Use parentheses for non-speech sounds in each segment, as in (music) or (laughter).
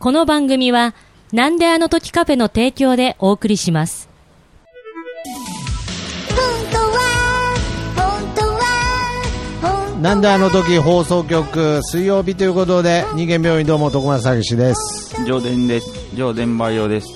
この番組は、なんであの時カフェの提供でお送りします。本当は本当は本当なんであの時放送局水曜日ということで人間病院どうも徳松詐司です上田です上田培養です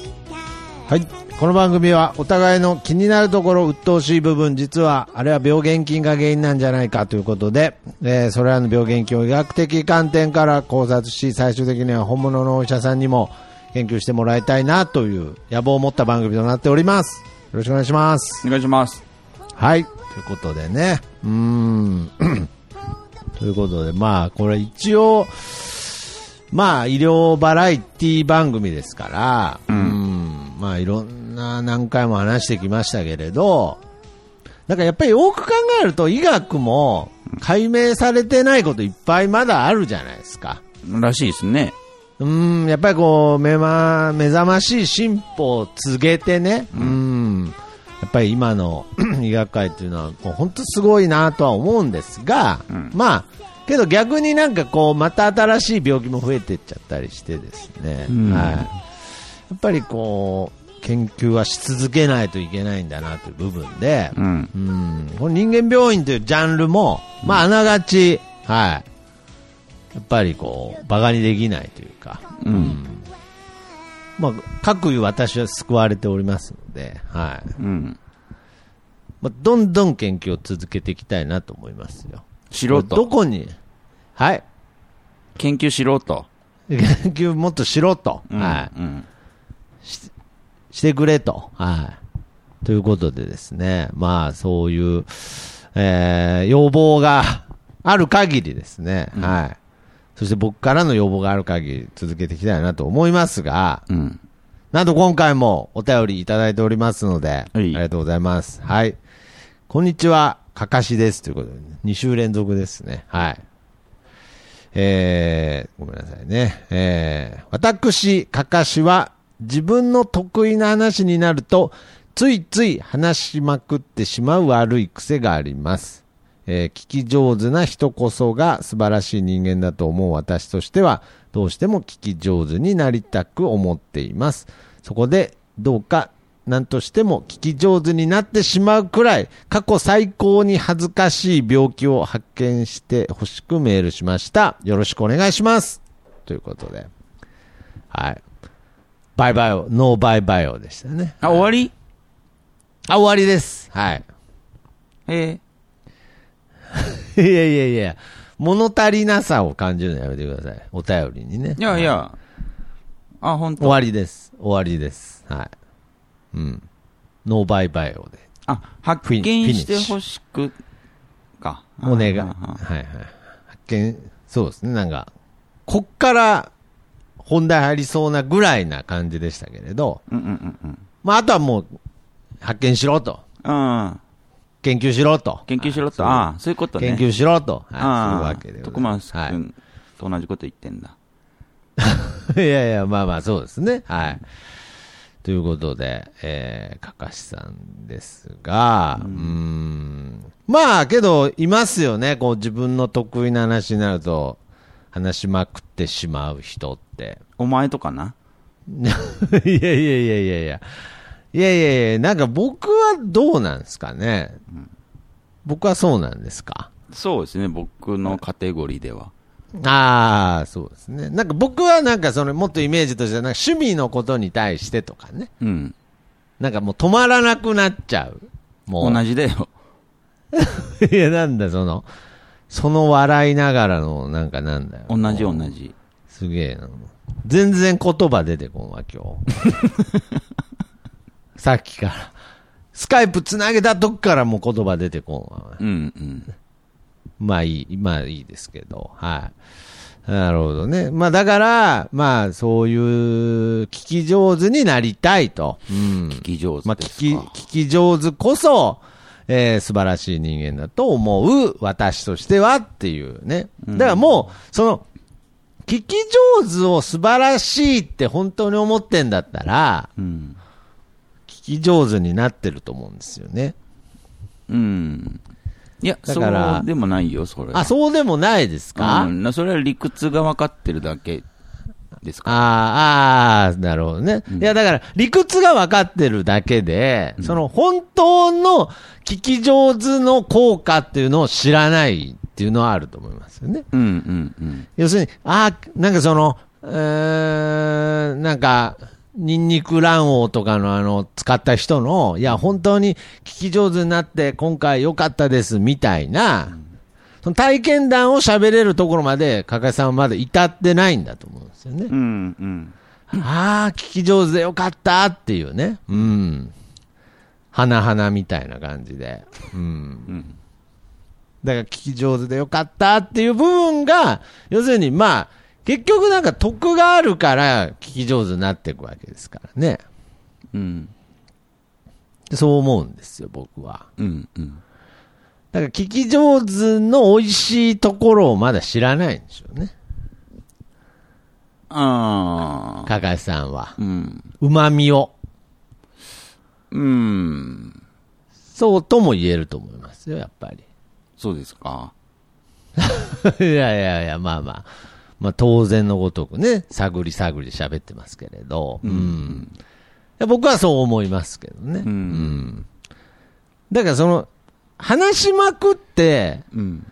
はいこの番組はお互いの気になるところ鬱陶しい部分実はあれは病原菌が原因なんじゃないかということで、えーそれらの病原菌を医学的観点から考察し最終的には本物のお医者さんにも研究してもらいたいなという野望を持った番組となっておりますよろしくお願いしますお願いしますはい。ということでね。うーん。 (clears throat) ということで、まあ、これ一応、まあ、医療バラエティ番組ですから、うーん。まあ、いろんな何回も話してきましたけれど、なんかやっぱりよく考えると医学も解明されてないこといっぱいまだあるじゃないですか。らしいですねうーん、やっぱりこう、目ま、目覚ましい進歩を告げてね、うーん、やっぱり今の (clears throat) 医学界っていうのは、こう本当すごいなとは思うんですが、まあ、けど逆になんかこう、また新しい病気も増えてっちゃったりしてですね、はい。やっぱりこう、研究はし続けないといけないんだなという部分で、うんうん、この人間病院というジャンルも、まあ、あながち、はい。やっぱりこう、馬鹿にできないというか、うん、まあ、各いう私は救われておりますので、はい。うん、まあ、どんどん研究を続けていきたいなと思いますよ。しろどとこに、はい。 (laughs) 研究しろと、研究もっとしろと、うんはうんい。してくれと、はい。ということでですね、まあ、そういう、えー、要望が (laughs) ある限りですね、はい。そして僕からの要望がある限り続けていきたいなと思いますが、うん、なんと今回もお便りいただいておりますので、ありがとうございます。はい。こんにちは、かかしです。ということで、2週連続ですね。はい。えー、ごめんなさいね。えー、私、かかしは、自分の得意な話になると、ついつい話しまくってしまう悪い癖があります。えー聞き上手な人こそが素晴らしい人間だと思う私としては、どうしても聞き上手になりたく思っています。そこで、どうか何としても聞き上手になってしまうくらい、過去最高に恥ずかしい病気を発見してほしくメールしました。よろしくお願いします。ということで。はい。バイバイオ、ノーバイバイオでしたね。あ終わりあ、終わりです。はい。 (laughs) えいやいやいや、物足りなさを感じるのやめてください。お便りにね。ー、いやいやあ本終当わりです。終わりです。はい。うん。ノーバイバイオで。あ発見してほしくかお願い。あはああいはい。発見、そうですね。なんか、こっから本題入りそうなぐらいな感じでしたけれど、うんうんうんまあ、あとはもう、発見しろと。うんうん研究しろと。研究しろとああそういうことね研究しろと。あはい。あするわけでござ徳います。松はい君と同じこと言ってんだ (laughs) いやいや、まあまあ、そうですね。はい。ということで、えー、かかしさんですが、うーん。まあ、けど、いますよね。こう、自分の得意な話になると、話しまくってしまう人って。 (laughs) お前とかないやいやいやいやいや。いやいやいや、なんか僕はどうなんですかね。僕はそうなんですか。そうですね僕のカテゴリーではああ、そうですね。なんか僕はなんかその、もっとイメージとしては、なんか趣味のことに対してとかね。うんなんかもう止まらなくなっちゃう。もう。同じだよ。 (laughs) いや、なんだ、その、その笑いながらの、なんかなんだよ。同じ同じ。すげえな。全然言葉出てこんわ、今日。 (laughs) さっきから。スカイプつなげたとこからもう言葉出てこんわ。うんうん。まあいい、まあいいですけど、はい。なるほどね。まあだから、まあそういう、聞き上手になりたいと。うん。聞き上手まあ、です聞き、か。聞き上手こそ、えー素晴らしい人間だと思う私としてはっていうね。だからもう、その、聞き上手を素晴らしいって本当に思ってんだったら、うん。聞き上手になってると思うんですよね。うん。いや、だそからうでもないよ、それは。あ、そうでもないですか、うんなそれは理屈が分かってるだけ。ですかあーあー、なるほどね。うんいや、だから、理屈が分かってるだけで、うんその本当の聞き上手の効果っていうのを知らないっていうのはあると思いますよね。うんうんうん。要するに、ああ、なんかその、うーん、なんか、ニンニク卵黄とかのあの、使った人の、いや、本当に聞き上手になって、今回良かったです、みたいな、その体験談を喋れるところまで、加賀さんはまだ至ってないんだと思うんですよねう。んうん。ああ、聞き上手でよかったっていうね。うん。花々みたいな感じで。うん。うんだから聞き上手でよかったっていう部分が、要するにまあ、結局なんか得があるから聞き上手になっていくわけですからね。うんそう思うんですよ、僕は。うんうん。だから聞き上手の美味しいところをまだ知らないんでしょうね。ああ。加賀さんはう。ん。旨味を。うん。そうとも言えると思いますよ、やっぱり。そうですか。 (laughs) いやいやいや、まあまあ。まあ当然のごとくね、探り探りで喋ってますけれど。うん。いや僕はそう思いますけどね。うんだからその、話しまくってうん。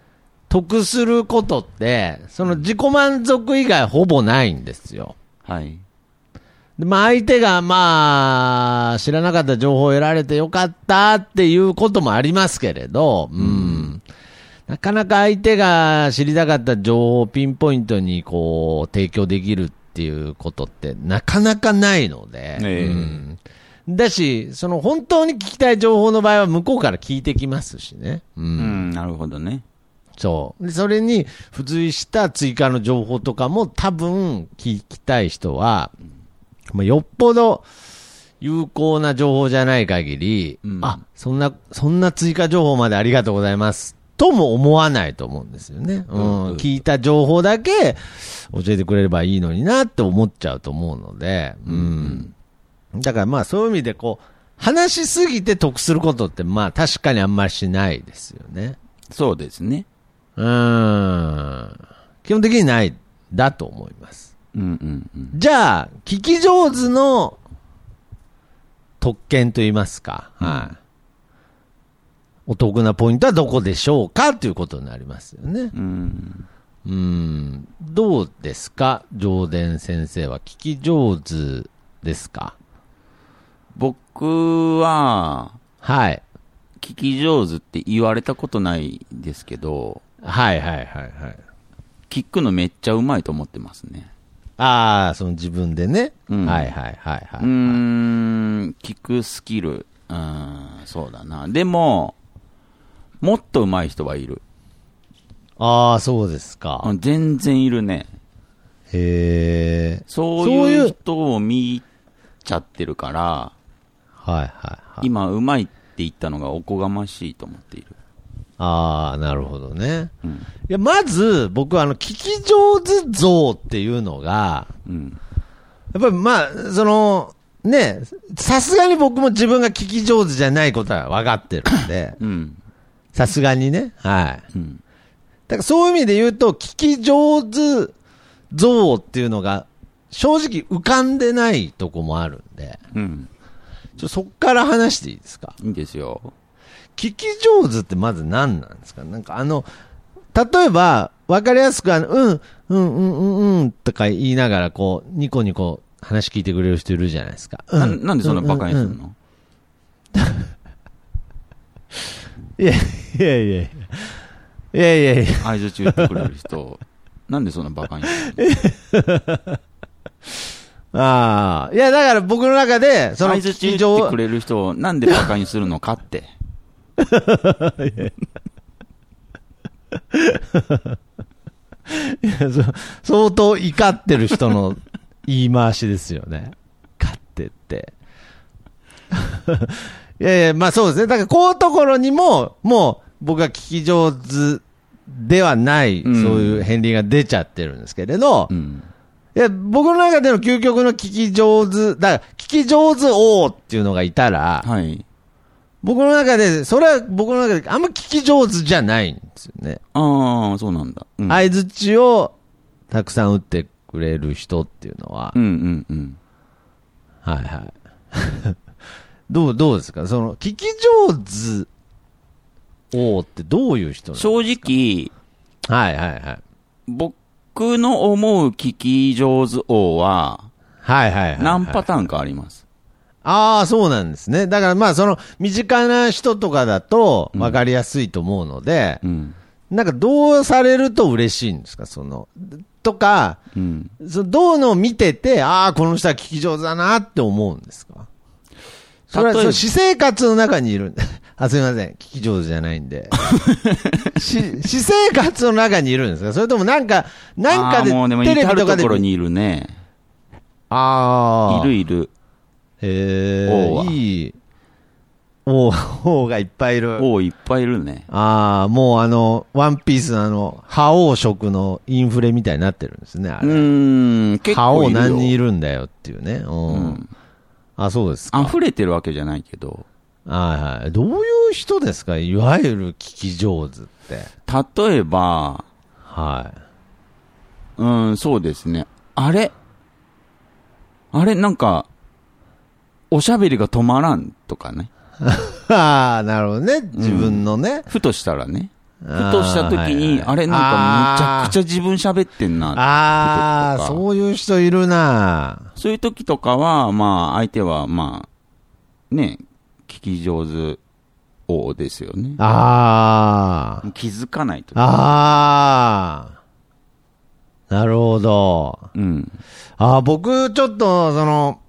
得することって、その自己満足以外ほぼないんですよ。はい。でまあ相手がまあ、知らなかった情報を得られてよかったっていうこともありますけれど、うん。なかなか相手が知りたかった情報をピンポイントにこう、提供できるっていうことってなかなかないので、ええうん。だし、その本当に聞きたい情報の場合は向こうから聞いてきますしね。うん、なるほどね。そう。で、それに付随した追加の情報とかも多分聞きたい人は、まあ、よっぽど有効な情報じゃない限り、うんあ、そんな、そんな追加情報までありがとうございます。とも思わないと思うんですよね。うんん。聞いた情報だけ教えてくれればいいのになって思っちゃうと思うので、うん。だからまあそういう意味でこう、話しすぎて得することってまあ確かにあんまりしないですよね。そうですね。うーん。基本的にない、だと思います。うんうんうん。じゃあ、聞き上手の特権と言いますか、はい。お得なポイントはどこでしょうかということになりますよね。うん。うん。どうですか上田先生は。聞き上手ですか僕は、はい。聞き上手って言われたことないですけど、はいはいはいはい。キックのめっちゃうまいと思ってますね。ああ、その自分でね。うんはいはいはいはうーい。ん、聞くスキル。うーん、そうだな。でも、もっと上手い人はいる。ああ、そうですか。うん全然いるね。へえ。そうそういいうう人を見ちゃってるから、はいはいはい。今、うまいって言ったのがおこがましいと思っている。ああ、なるほどね。うん。いや、まず、僕はあの、聞き上手像っていうのが、うん。、やっぱりまあ、その、ね、さすがに僕も自分が聞き上手じゃないことは分かってるんで (laughs) うん。さすがにね、はい。うん。だからそういう意味で言うと、聞き上手像っていうのが、正直浮かんでないとこもあるんで、うん。ちょそっから話していいですかいいですよ。聞き上手ってまず何なんですかなんかあの、例えば、わかりやすくあの、うん、うん、うん、うん、うん、とか言いながら、こう、ニコニコ話聞いてくれる人いるじゃないですか。うななんでそんなバカにすうるの、んうんうんいやいやいやいや。いやいやいや。合図中言ってくれる (laughs) 人。なんでそんなバカにするああ。いや、だから僕の中で、そのの合図聞き中言って上くれる人をなんでバカにするのかって。いやそう相当怒ってる人の (laughs) 言い回しですよね。怒ってって。 (laughs) いやいや、まあそうですね。だからこういうところにも、もう僕は聞き上手ではない、うんそういう片鱗が出ちゃってるんですけれど、 (laughs) うん。いや、僕の中での究極の聞き上手、だから聞き上手王っていうのがいたら、はい。僕の中で、それは僕の中であんま聞き上手じゃないんですよね。ああ、そうなんだ。うん、相づちをたくさん打ってくれる人っていうのは、うんうんうん。はいはい。どう、どうですかその、聞き上手をってどういう人なの正直、はいはいはい。僕の思う聞き上手王は、はいはいはい、はい。何パターンかあります。ああ、そうなんですね。だからまあ、その、身近な人とかだと、わかりやすいと思うので、うん。なんかどうされると嬉しいんですかその、とか、うん。そのどうのを見てて、ああ、この人は聞き上手だなって思うんですかそれは例えばその私生活の中にいるんで。 (laughs) あ、すみません。聞き上手じゃないん (laughs) で。し私生活の中にいるんですかそれともなんか、なんかであーもうでも、テレビ至るとかとで。ころにいるね。あいあ。るいる。へ王はえ、いい。王、 (laughs) 王がいっぱいいる。王いっぱいいるね。ああ、もうあの、ワンピースのあの、覇王色のインフレみたいになってるんですね、あうれ。ーん、結覇構王いるよ。何人いるんだよっていうね。ううんん。あ、そうですか。溢れてるわけじゃないけど、はいはい。どういう人ですかいわゆる聞き上手って。例えば、はい。うん、そうですね。あれあれなんか、おしゃべりが止まらんとかね。 (laughs) ああ、なるほどね。自分のね。ふとしたらね。ふあーとした時に、はいはいあれなんかめちゃくちゃ自分喋ってんな。ああ、そういう人いるな。そういう時とかは、まあ、相手は、まあ、ね、聞き上手王ですよね。ああ。気づかないと。ああ。なるほど。うん。ああ、僕、ちょっと、その、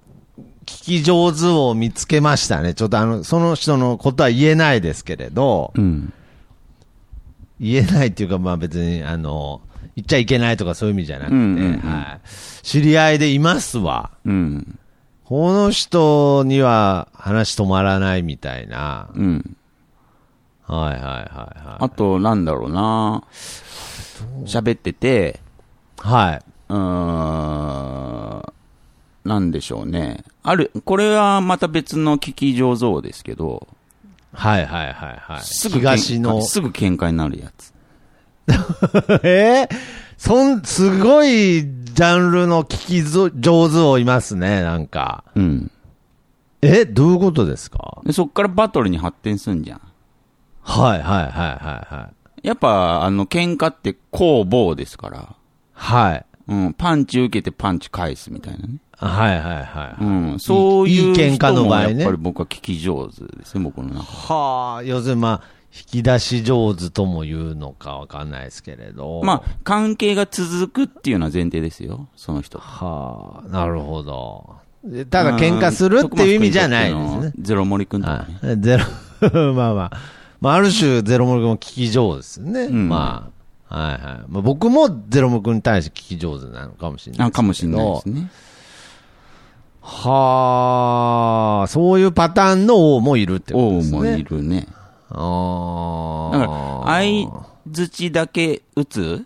聞き上手を見つけましたね。ちょっとあの、その人のことは言えないですけれど。うん。言えないっていうか、まあ別に、あの、言っちゃいけないとかそういう意味じゃなくて、うんうんうんはい。知り合いでいますわ。うん。この人には話止まらないみたいな。うん。はいはいはいはあと、なんだろうな喋ってて、い。はい。うーん、なんでしょうね。ある、これはまた別の聞き上手王ですけど、はいはいはいはい。すぐ喧嘩東の。すぐ喧嘩になるやつ。 (laughs) えー、そん、すごいジャンルの聞きぞ上手をいますね、なんか。うん。え、どういうことですかで、そっからバトルに発展すんじゃん。はいはいはいはいはい。やっぱ、あの、喧嘩って攻防ですから。はい。うん、パンチ受けてパンチ返すみたいなね。はいはいはい。うん、そういういい喧嘩人のも場合やねっぱり僕は聞き上手ですね、僕の中で。はあ、要するにまあ、引き出し上手とも言うのかわかんないですけれど。まあ、関係が続くっていうのは前提ですよ、その人と。はあ、なるほど。でただ喧嘩するっていう意味じゃないですね。。ゼロ森くんとかね。はいゼロ、 (laughs) まあまあ。まあ、ある種、ゼロモル君も聞き上手ですね。んまあ。はいはい。まあ、僕もゼロモル君に対して聞き上手なのかもしれないあですけど。かもしれないですね。はあ、そういうパターンの王もいるってこと王ですね。もい。るね。あだあ。から、相づちだけ打つ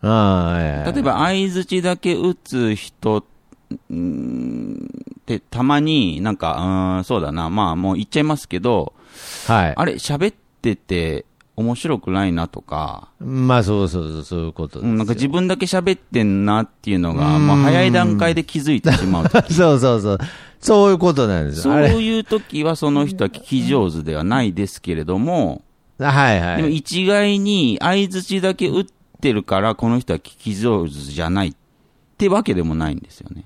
あーはいはい例えば、相づちだけ打つ人、うーんって、たまになんか、うーん、そうだな、まあもう言っちゃいますけど、はい。あれ、喋ってて面白くないなとか、まあ、そうそうそう、そういうことでうんす。なんか自分だけ喋ってんなっていうのが、まあ早い段階で気づいてしまう。 (laughs) そうそうそう。そういうことなんです。そあうれ。いう時はその人は聞き上手ではないですけれども、はいはでもい。一概に相づちだけ打ってるから、この人は聞き上手じゃないってわけでもないんですよね。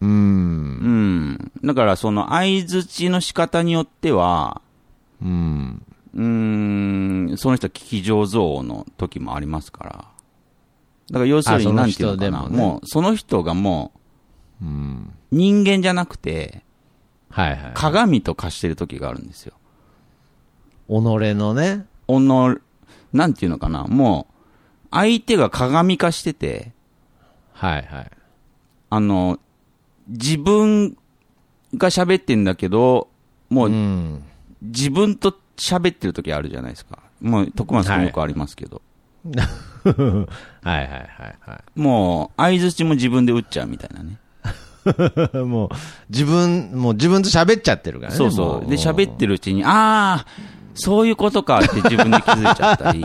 う。うんん。だからその相づちの仕方によっては、うん。うーん、その人は聞き上手王の時もありますから。だから要するあそにのなんてい人うのかな、でももねうその人がもううん。人間じゃなくて、はいはい。己鏡と化してる時があるんですよ。のね。おの、なんていうのかな、もう、相手が鏡化してて、はいはい。あの、自分が喋ってんだけど、もう。うん自分と喋ってる時あるじゃないですか。もう、徳松君よくありますけど。 (laughs) はいはいはもう、相づちも自分で打っちゃうみたいなね。い (laughs) はい。もう、自分、もう自分と喋っちゃってるからね。そうそう。で、喋ってる。 (laughs) るうちに、ああ、そういうことかって自分で気づいちゃったり。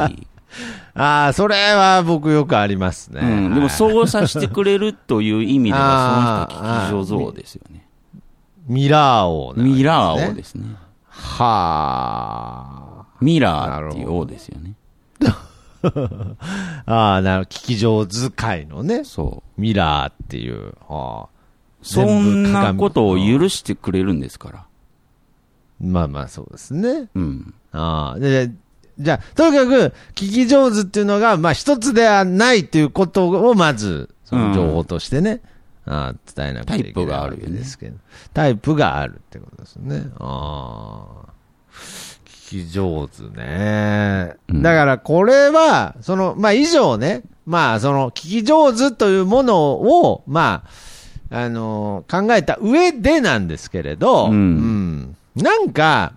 ああ、それは僕よくありますね。うん、でもう。そうさせてくれるという意味であ、はーその人聞き上手ですよね。ミラー王なわけですね、ミラー王ですね。はミラーっていう王ですよね。あ。ああ、なる聞き上手いのね。そう。ミラーっていう。はあ。そんなことを許してくれるんですから。まあまあ、そうですね。うん。ああ。で、じゃあ、とにかく、聞き上手っていうのが、まあ一つではないっていうことを、まず、その情報としてね、ああ伝えなくちゃいけないタイプがあるよねわけですけど。タイプがあるってことですね。ああ。聞き上手ね。うんだから、これは、その、まあ以上ね、まあその、聞き上手というものを、まあ、あのー考えた上でなんですけれど、うんうんなんか、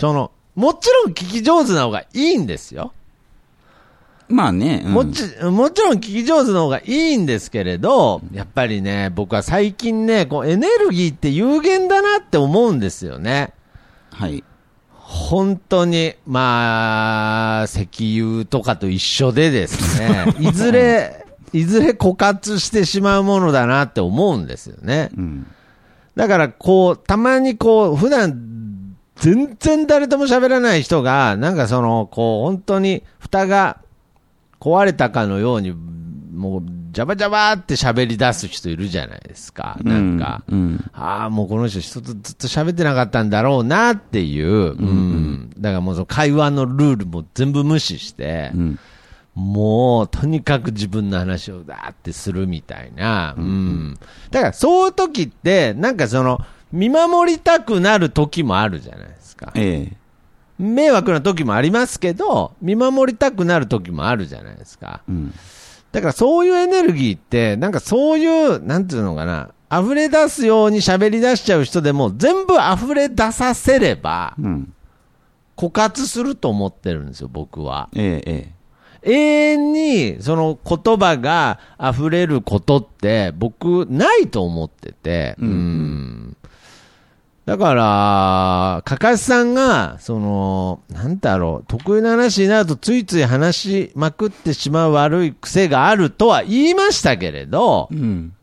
その、もちろん聞き上手な方がいいんですよ。まあね。うんもち、もちろん聞き上手の方がいいんですけれど、やっぱりね、僕は最近ね、こうエネルギーって有限だなって思うんですよね。はい。本当に、まあ、石油とかと一緒でです (laughs) ね、いずれ、いずれ枯渇してしまうものだなって思うんですよね。うん。だから、こう、たまにこう、普段、全然誰とも喋らない人が、なんかその、こう、本当に、蓋が壊れたかのように、もう、ジャバジャバーって喋り出す人いるじゃないですか。なんか。うん。ああ、もうこの人一つずっと喋ってなかったんだろうなっていう、うん。だからもうその会話のルールも全部無視して、うん。もうとにかく自分の話をだーってするみたいな、うん。だからそういう時って、なんかその、見守りたくなる時もあるじゃないですか。ええ。迷惑な時もありますけど、見守りたくなる時もあるじゃないですか。うん。だからそういうエネルギーって、なんかそういう、なんていうのかな、溢れ出すように喋り出しちゃう人でも、全部溢れ出させれば、うん。枯渇すると思ってるんですよ、僕は。ええ、え永遠に、その言葉が溢れることって、僕、ないと思ってて、うん。だから、かかしさんが、その、なんだろう、得意な話になるとついつい話しまくってしまう悪い癖があるとは言いましたけれどえ。、うん。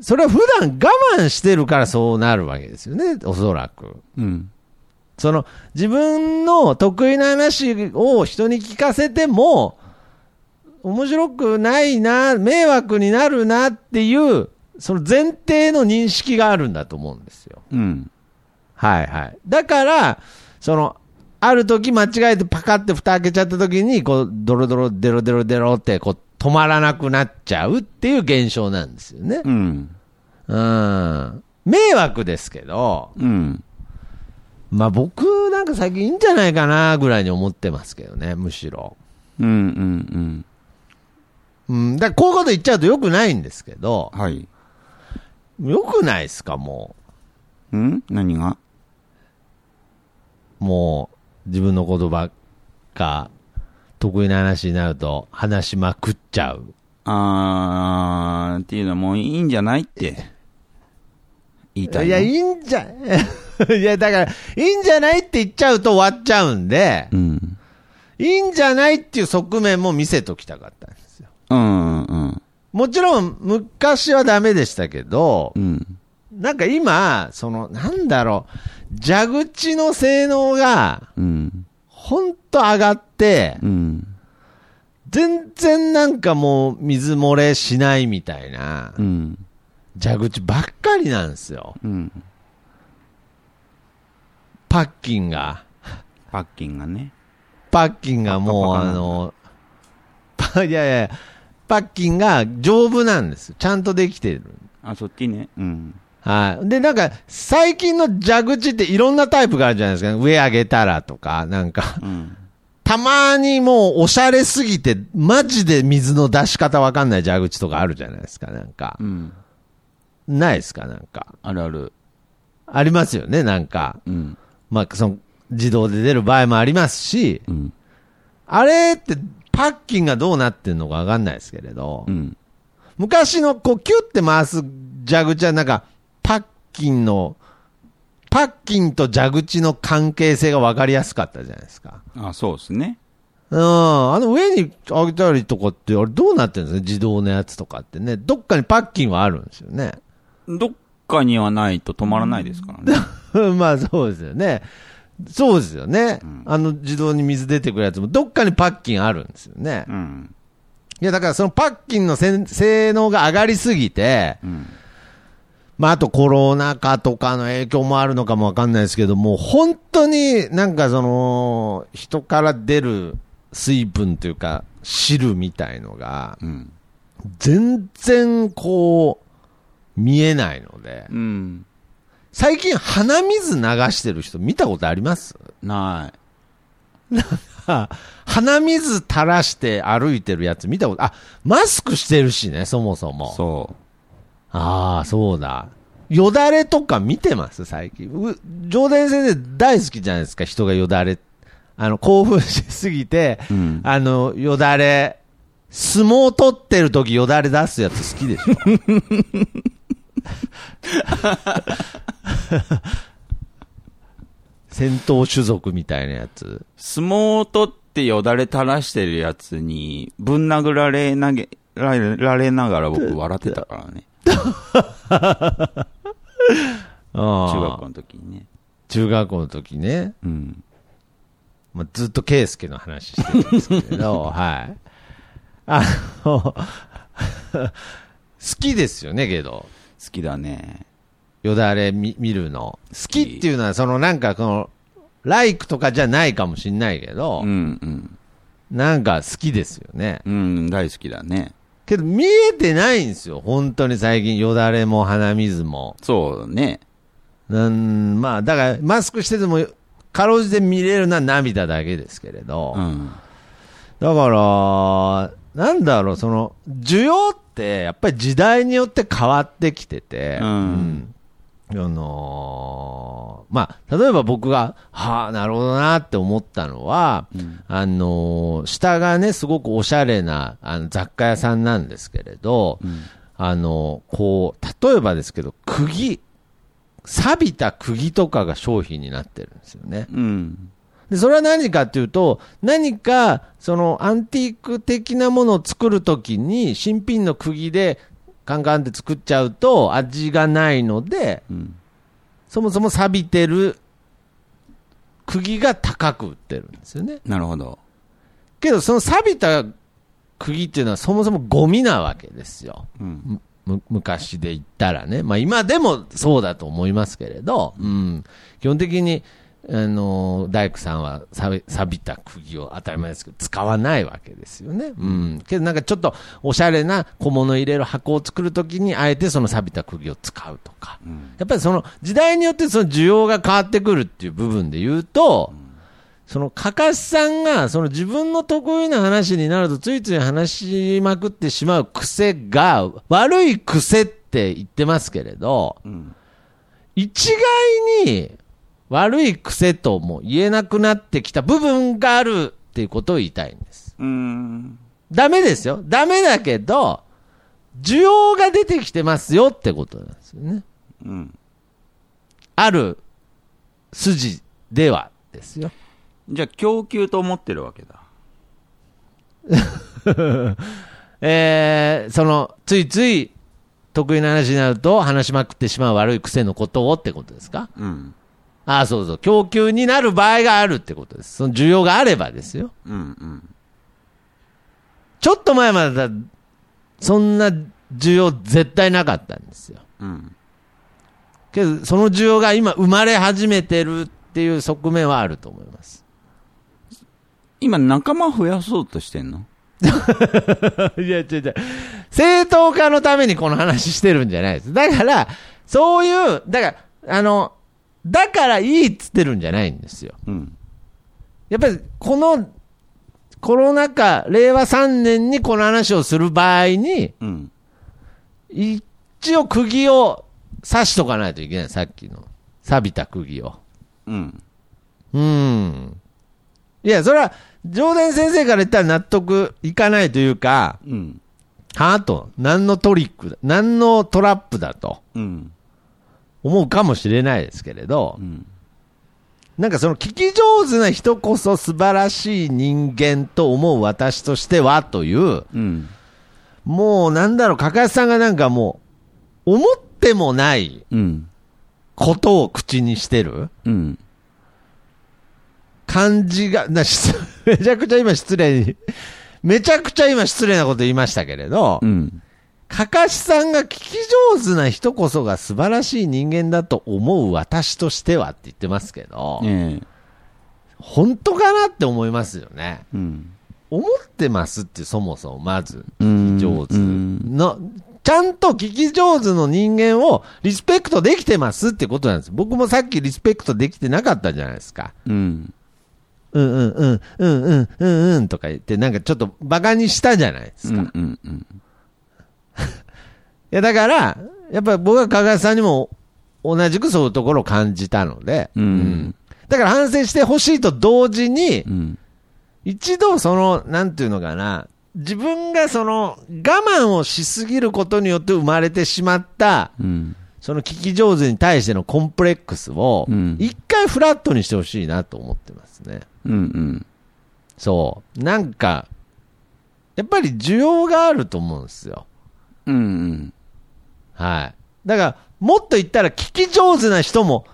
それは普段我慢してるからそうなるわけですよね、おそらく。うん。その、自分の得意な話を人に聞かせても、面白くないな、迷惑になるなっていう、その前提の認識があるんだと思うんですよ。うん。はいはい。だから、その、ある時間違えてパカって蓋開けちゃった時に、こう、ドロドロ、デロデロデロって、こう、止まらなくなっちゃうっていう現象なんですよね。うん。うん。迷惑ですけど、うん。まあ僕なんか最近いいんじゃないかなぐらいに思ってますけどね、むしろ。うん。うん。うん、だからこういうこと言っちゃうと良くないんですけど、はい。良くないですか、もうん何がう。もう、自分の言葉が得意な話になると話しまくっちゃう。あー、っていうのはもういいんじゃないって。言いいたいの。や、いいんじゃ、 (laughs) いや、だから、いいんじゃないって言っちゃうと終わっちゃうんでう、ん。いいんじゃないっていう側面も見せときたかったんですよ。うん。うん。もちろん、昔はダメでしたけどう、ん。なんか今、その、なんだろう、蛇口の性能が、うん。ほんと上がってう、ん。全然なんかもう水漏れしないみたいなう、ん。蛇口ばっかりなんですよ。うん。パッキンが。パッキンがね。パッキンがもう、パッあパの、パいやいや、パッキンが丈夫なんです。ちゃんとできてる。あ、そっちね。うん。はい。で、なんか、最近の蛇口っていろんなタイプがあるじゃないですか。上上げたらとか、なんか。うん。たまにもうおしゃれすぎて、マジで水の出し方わかんない蛇口とかあるじゃないですか、なんかう。ん。ないですか、なんか。あるある。ありますよね、なんか。うん。まあ、その、自動で出る場合もありますし、うん。あれって、パッキンがどうなってんのかわかんないですけれど、うん。昔のこう、キュッて回す蛇口はなんか、パッキンの、パッキンと蛇口の関係性がわかりやすかったじゃないですか。あ、そうですね。うん、あの上に上げたりとかって、あれどうなってるんですか自動のやつとかってね。どっかにパッキンはあるんですよね。 (laughs) どっかにはないと止まらないですからね。まあそうですよね。そうですよね。あの自動に水出てくるやつも、どっかにパッキンあるんですよね。うん。いや、だからそのパッキンのせん性能が上がりすぎて、んまあ、あとコロナ禍とかの影響もあるのかもわかんないですけども、本当になんかその、人から出る水分というか、汁みたいのが、うん。全然こう、見えないので、うん。最近鼻水流してる人見たことありますない。あ鼻水垂らして歩いてるやつ見たこと、あ、マスクしてるしね、そもそも。そああ、そうだ。よだれとか見てます最近。う上田先生大好きじゃないですか、人がよだれ。あの、興奮しすぎて、うんあの、よだれ、相撲取ってる時よだれ出すやつ好 (laughs) きでしょ戦闘種族みたいなやつ。う。相撲を取ってよだれ垂らしてるやつに、ぶん殴られ、投げ、られられながら僕笑ってたからね。ああ中学校の時にね。中学校の時ね、うん。まあ、ずっと圭介の話してるんですけ (laughs) ど、はい。あの、好きですよね、けど。好きだね。よだれ見見るの。好きっていうのは、そのなんかこの、ライクとかじゃないかもしんないけど、うん、うん。なんか好きですよね。うん、大好きだね。けど見えてないんですよ、本当に最近、よだれも鼻水も。そうね。うん、まあ、だから、マスクしてても、かろうじて見れるのは涙だけですけれど。うん。だから、なんだろう、その、需要って、やっぱり時代によって変わってきてて、うんうんあのーまあ、例えば僕が、はあ、なるほどなって思ったのは、あのー下がね、すごくおしゃれなあの雑貨屋さんなんですけれど、あのーこう、例えばですけど、釘、錆びた釘とかが商品になってるんですよね。うん。で、それは何かっていうと、何か、その、アンティーク的なものを作るときに、新品の釘で、カンカンって作っちゃうと、味がないので、うん。そもそも錆びてる、釘が高く売ってるんですよね。なるほど。けど、その錆びた釘っていうのは、そもそもゴミなわけですよ。うん。むむ昔で言ったらね、まあ、今でもそうだと思いますけれど、うん、基本的に、あのー大工さんは錆び錆びた釘を当たり前ですけど、使わないわけですよね。うん、けどなんかちょっとおしゃれな小物入れる箱を作るときに、あえてその錆びた釘を使うとか、やっぱりその時代によってその需要が変わってくるっていう部分で言うと、そのかかしさんがその自分の得意な話になるとついつい話しまくってしまう癖が悪い癖って言ってますけれど、うん。一概に悪い癖とも言えなくなってきた部分があるっていうことを言いたいんです。うん。ダメですよ。ダメだけど、需要が出てきてますよってことなんですよね。うん。ある筋ではですよ。じゃあ、供給と思ってるわけだ。えーその、ついつい、得意な話になると、話しまくってしまう悪い癖のことをってことですかうん。ああ、そうそう。供給になる場合があるってことです。その需要があればですよ。うん。うん。ちょっと前までだ、そんな需要絶対なかったんですよ。うん。けど、その需要が今生まれ始めてるっていう側面はあると思います。今、仲間増やそうとしてんのいや、違う違う。正当化のためにこの話してるんじゃないです。だから、そういう、だから、あの、だからいいっつってるんじゃないんですよ。うん。やっぱり、この、コロナ禍、令和3年にこの話をする場合に、うん。一応釘を刺しとかないといけない。さっきの。錆びた釘を。うん。うん。いや、それは、上田先生から言ったら納得いかないというか、うん。はあと、何のトリックだ、何のトラップだとうん。思うかもしれないですけれどう、ん。なんかその聞き上手な人こそ素晴らしい人間と思う私としてはという、うん。もうなんだろう、かかしさんがなんかもう、思ってもないうん。ことを口にしてるうん。感じが、 (laughs) な、しめちゃくちゃ今失礼に、めちゃくちゃ今失礼なこと言いましたけれど、うん。かかしさんが聞き上手な人こそが素晴らしい人間だと思う私としてはって言ってますけど、ええ。本当かなって思いますよね。うん。思ってますってそもそもまず、う聞んき上手うんの、ちゃんと聞き上手の人間をリスペクトできてますってことなんです。僕もさっきリスペクトできてなかったじゃないですか。うん。うんうんうん、うんうん、うんうんとか言って、なんかちょっとバカにしたじゃないですうか。ん。うん。うん。いやだから、やっぱり僕は加賀さんにも同じくそういうところを感じたので、うんだから反省してほしいと同時に、うん。一度その、なんていうのかな、自分がその我慢をしすぎることによって生まれてしまった、うん。その聞き上手に対してのコンプレックスをうん、一回フラットにしてほしいなと思ってますね。うん。そう。なんか、やっぱり需要があると思うんですよ。うん。はい。だから、もっと言ったら聞き上手な人も、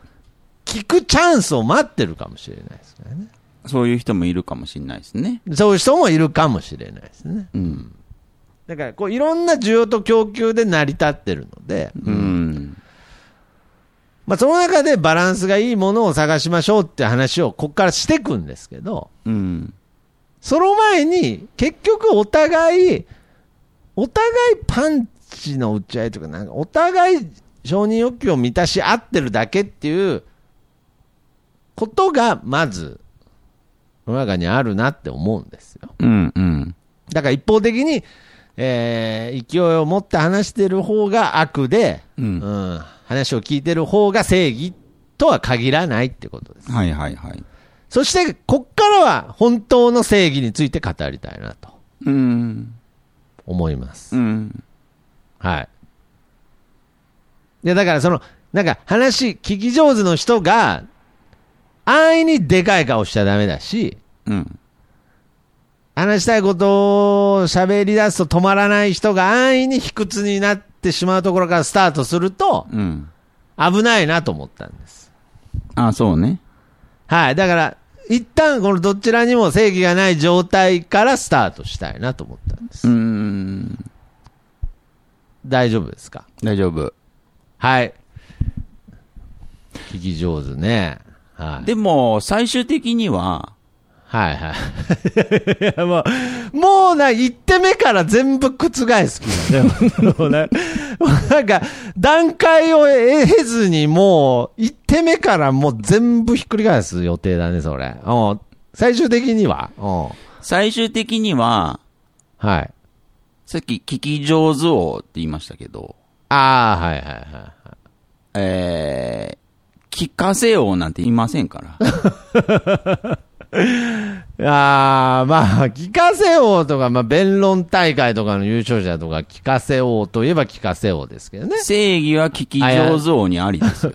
聞くチャンスを待ってるかもしれないですからね。そういう人もいるかもしれないですね。そういう人もいるかもしれないですね。うん。だから、こう、いろんな需要と供給で成り立ってるので、うん。まあ、その中でバランスがいいものを探しましょうって話を、ここからしていくんですけど、うん。その前に、結局お互い、お互いパンチの打ち合いとか、なんかお互い承認欲求を満たし合ってるだけっていうことが、まず、世の中にあるなって思うんですよ。うん。うん。だから一方的に、えー勢いを持って話してる方が悪で、うんうん話を聞いてる方が正義とは限らないってことです。はいはいはい。そして、こっからは本当の正義について語りたいなと。うん。思います。うん。はい。いや、だからその、なんか話、聞き上手の人が、安易にでかい顔しちゃダメだし、うん。話したいことを喋り出すと止まらない人が安易に卑屈になってしまうところからスタートすると、うん。危ないなと思ったんです。あ、そうね。はい。だから、一旦このどちらにも正義がない状態からスタートしたいなと思ったんです。うん。大丈夫ですか大丈夫。はい。聞き上手ね。はい。でも、最終的には、はいはい。 (laughs) いや、もう、もうな、一手目から全部覆す気だね。 (laughs) もうねなんか、段階を経ずに、もう、一手目からもう全部ひっくり返す予定だね、それ。うん最終的には。うん最終的には、はい。さっき聞き上手をって言いましたけど、ああ、はいはいはい。えー、聞かせようなんて言いませんから。 (laughs) ああ、まあ、聞かせ王とか、まあ、弁論大会とかの優勝者とか、聞かせ王といえば聞かせ王ですけどね。正義は聞き上手王にありですよ。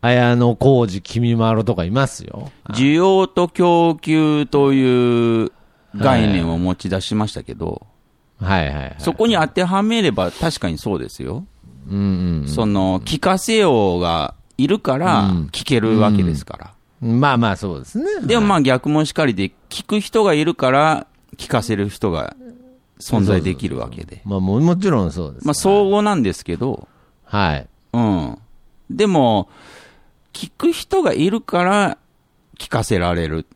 綾野浩二、君丸とかいますよ。需要と供給という概念を持ち出しましたけど、はいはいはい。そこに当てはめれば確かにそうですよ。うんうんその、聞かせようがいるからうん聞けるわけですから。うん。まあまあ、そうですね。でもまあ逆もしかりで、聞く人がいるから聞かせる人が存在できるわけで。まあ、ももちろんそうです。まあ相互なんですけど、はい。うん。でも、聞く人がいるから聞かせられる。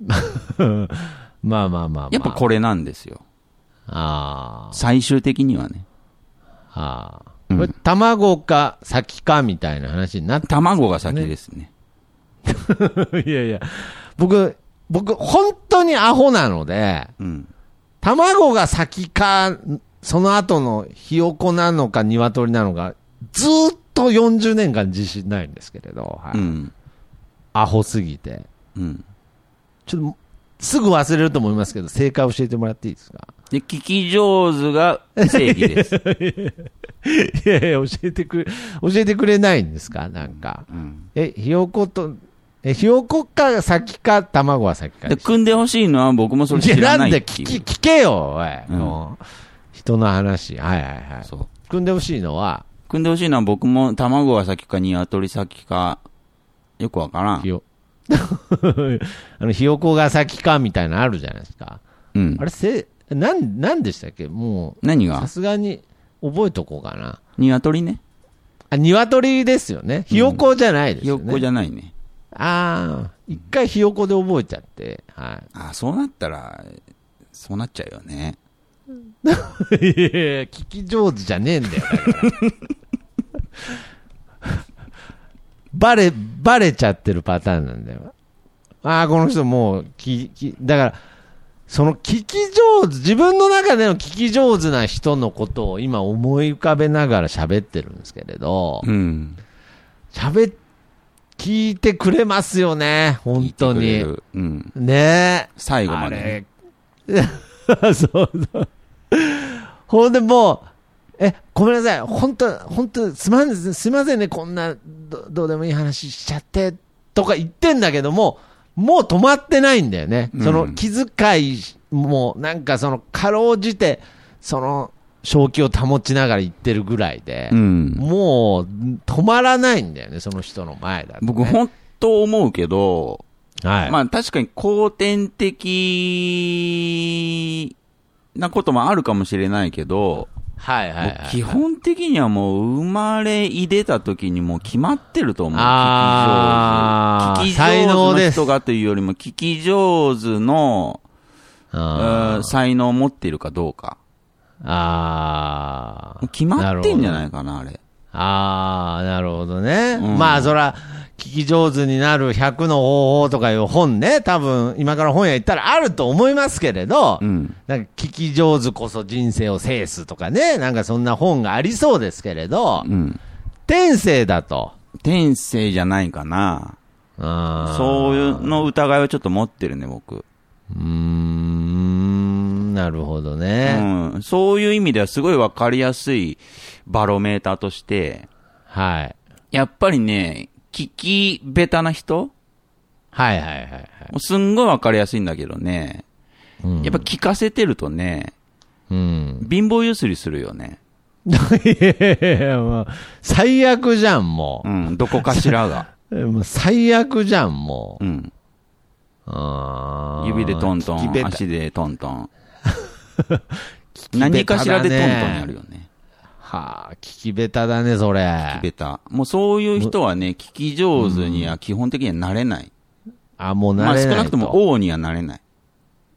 まあまあまあまあ。やっぱこれなんですよ。あ最終的にはね。あ。ああ。うんこれ、卵か先かみたいな話になって。 (laughs) 卵が先ですね。いやいや。僕、僕、本当にアホなので、うん。卵が先か、その後のひよこなのか鶏なのか、ずーっと40年間自信ないんですけれど、はういん。アホすぎて。うん。ちょっと、すぐ忘れると思いますけど、正解教えてもらっていいですかで、聞き上手が正義 (laughs) です。いやいや、教えてくれ、教えてくれないんですかなんか。うんえ、ひよこと、え、ひよこか先か、卵は先かで、でした組んでほしいのは僕もそれ知いやらななんいでってい聞う。き、聞けよ、おい。うんもう人の話。はいはいはい。そう。組んでほしいのは、組んでほしいのは僕も卵が先か鶏先か、よくわからひん。よ、 (laughs) あの、ひよこが先かみたいなのあるじゃないですか。うんあ。れ、せ、なん、なんでしたっけも何う、さがすがに覚えとこうかな。鶏ね。あ、鶏ですよね。ひよこじゃないですひよよっね。こじゃないね。ああ、一回ひよこで覚えちゃって、はあ、そうなったら、そうなっちゃうよね。い。いやいや聞き上手じゃねえんだよ。だから (laughs) バレ、バレちゃってるパターンなんだよ。ああ、この人もう、き、き、だから、その聞き上手、自分の中での聞き上手な人のことを今思い浮かべながら喋ってるんですけれど、うん。喋っ、聞いてくれますよね、本当聞にいてくれ。る。うん。ねえ。最後までね。あれ。 (laughs) そうそう。ほんでもう、え、ごめんなさい。本当本当すまん、すいませんね。こんな、どどうでもいい話しちゃって、とか言ってんだけども、もう止まってないんだよね。うんその気遣いも、なんかその、かろうじて、その、正気を保ちながら言ってるぐらいで、うん。もう、止まらないんだよね、その人の前だと、ね。僕、本当思うけど、はい。まあ確かに後天的なこともあるかもしれないけど、はいはい、はもうい。基本的にはもう生まれいでた時にもう決まってると思う。あー聞き上手。聞き才上能手ですの人がというよりも、聞き上手の、あうーん才能を持っているかどうか。あもうー決まってんじゃなるほどいかな、あれ。あー、なるほどね。うんまあ、そら、聞き上手になる100の方法とかいう本ね、多分、今から本屋行ったらあると思いますけれど、うん。なんか聞き上手こそ人生を制すとかね、なんかそんな本がありそうですけれど、うん。天性だと。天性じゃないかな。あーそういうの疑いをちょっと持ってるね、僕。うーん、なるほどね。うん。そういう意味ではすごいわかりやすいバロメーターとして、はい。やっぱりね、聞き下手な人はいはいはいはい。もうすんごいわかりやすいんだけどね、うんやっぱ聞かせてるとね、うん。 (laughs) 貧乏ゆすりするよね。いやいやいやもう最悪じゃん、もう。ん、どこかし (laughs) らが。えもう最悪じゃん、もうう。ん。あー指でトント利きン、べた足でトン (laughs) トン。利き下何手だねかしらでトントンやるよね。はあ、聞きべただね、そ聞きれ。ベタ。もうそういう人はね、聞き上手には基本的にはなれない。あ、もうま慣あれないと。少なくとも王にはなれない。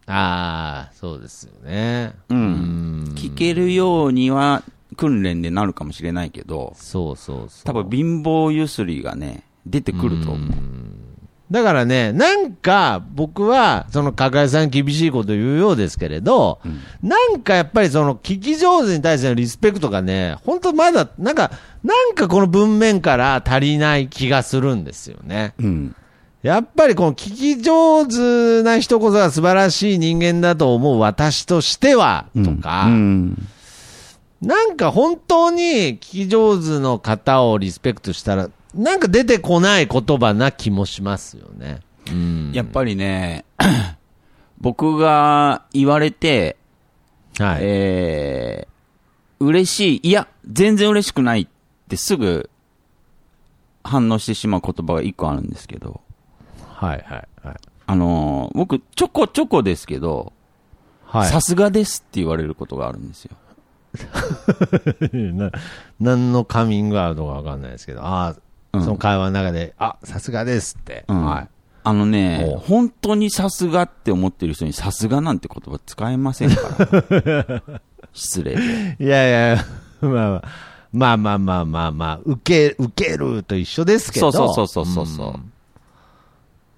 ああ、そうですよね。うんん聞けるようには訓練でなるかもしれないけど、そうそうそう。多分貧乏ゆすりがね、出てくると思う。だからね、なんか僕は、その、加賀さん厳しいこと言うようですけれど、なんかやっぱりその、聞き上手に対してのリスペクトがね、本当まだ、なんか、なんかこの文面から足りない気がするんですよね。うん。やっぱりこの聞き上手な人こそが素晴らしい人間だと思う私としては、とか、うん。なんか本当に聞き上手の方をリスペクトしたら、なんか出てこない言葉な気もしますよね。うん。やっぱりね、 (coughs) 僕が言われて、はい。えー、嬉しい、いや、全然嬉しくないってすぐ反応してしまう言葉が一個あるんですけど、はいはいはい。あのー僕、ちょこちょこですけど、はい。さすがですって言われることがあるんですよ。な何のカミングアウトかわかんないですけど、ああ、うんその会話の中で、あ、さすがですって。うんはい。あのおね、本当にさすがって思ってる人にさすがなんて言葉使えませんから。 (laughs) 失礼で。いやいや、まあまあ、まあまあまあまあまあ、受け、受けると一緒ですけそど。うそうそうそうそうそう。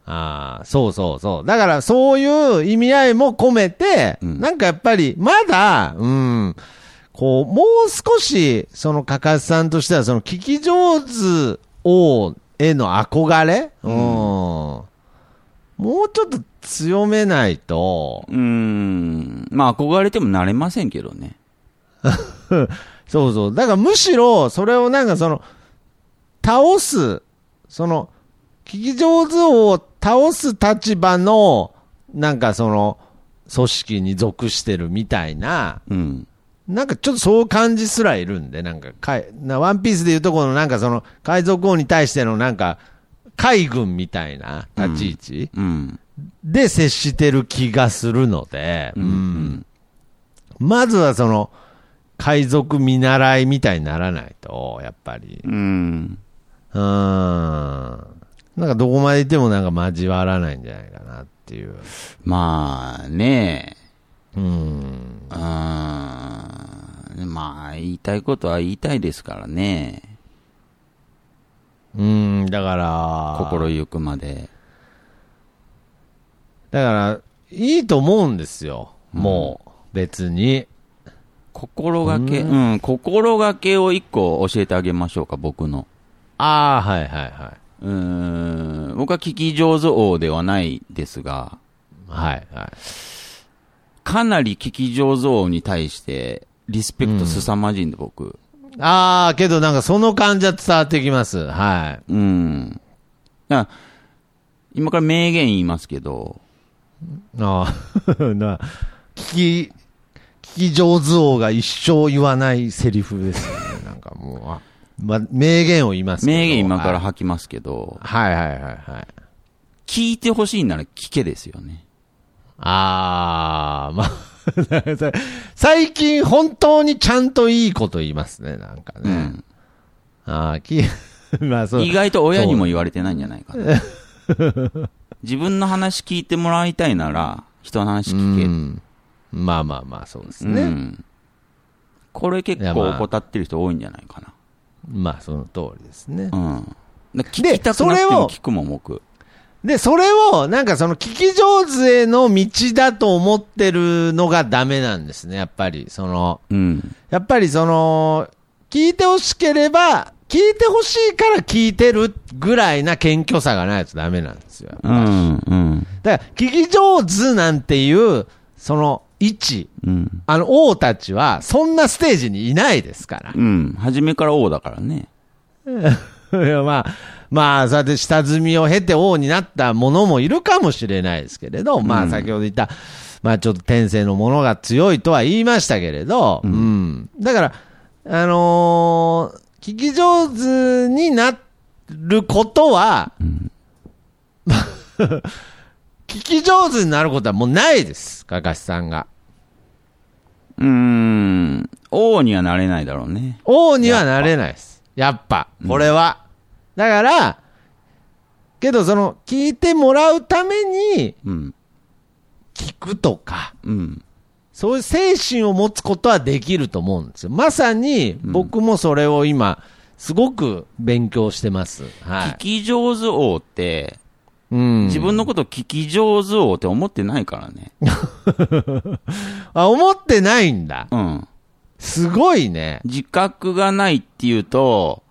ああ、そうそうそう。だからそういう意味合いも込めて、うんなんかやっぱりまだ、うん、こう、もう少し、その、かかしさんとしては、その、聞き上手を、への憧れ、うん、もうちょっと強めないと、うーん。まあ、憧れてもなれませんけどね。そうそう。だからむしろ、それをなんかその、倒す、その、聞き上手を倒す立場の、なんかその、組織に属してるみたいな、うん。なんかちょっとそう感じすらいるんで、なんかかい、なワンピースでいうところのなんかその、海賊王に対してのなんか、海軍みたいな立ち位置うん。で接してる気がするので、ううんん。まずはその、海賊見習いみたいにならないと、やっぱり。うん。うーん。なんかどこまで行ってもなんか交わらないんじゃないかなっていう。まあね、うん。うーん。まあ、言いたいことは言いたいですからね。うん、だから、心ゆくまで。だから、いいと思うんですよ。もう、別に。心がけ、うん、心がけを一個教えてあげましょうか、僕の。ああ、はいはいはうーん、僕は聞き上手王ではないですが、い。はいはい。かなり聞き上手王に対して、リスペクト凄まじいんで、僕。ああ、けどなんかその感じは伝わってきます。はうん。だから今から名言言いますけど、い。ああ、 (laughs) な、聞き、聞き上手王が一生言わないセリフですよ (laughs) ね。なんかもう、あま、名言を言いますけど名言今からはい吐きますけど、はいはいはいはい。聞いてほしいなら聞けですよね。あー、ま (laughs) あ、最近本当にちゃんといいこと言いますね、なんかうね。ん。あーき、 (laughs) まあそう意。外と親にも言われてないんじゃないかな。 (laughs) 自分の話聞いてもらいたいなら、人の話う聞け。んまあまあまあ、そうですね。うんこれ結いや構まあ怠ってる人多いんじゃないかな。まあその通りですね。うん。だから聞きたくなくても聞くもん、僕。で、それを、なんかその聞き上手への道だと思ってるのがダメなんですね、やっぱり。その、うん。やっぱりその、聞いてほしければ、聞いてほしいから聞いてるぐらいな謙虚さがないとダメなんですよ。うん。うん。だから、聞き上手なんていう、その、位置、うん。あの、王たちは、そんなステージにいないですから。うん。初めから王だからね。いや (laughs) まあ、まあ、そうやって下積みを経て王になった者もいるかもしれないですけれど、まうあ、ん先ほど言った、まあ、ちょっと天性のものが強いとは言いましたけれど、うん。だから、あのー聞き上手になることは、 (laughs) 聞き上手になることはもうないです、かかしさんが。うーん。王にはなれないだろうね。王にはなれないです。やっぱ、これは。だから、けどその、聞いてもらうために、うん。聞くとか、うん。そういう精神を持つことはできると思うんですよ。まさに、僕もそれを今、すごく勉強してます。は聞い。き上手王って、うん。自分のこと聞き上手王って思ってないからね。あ、思ってないんだ。うん。すごいね。自覚がないっていうと、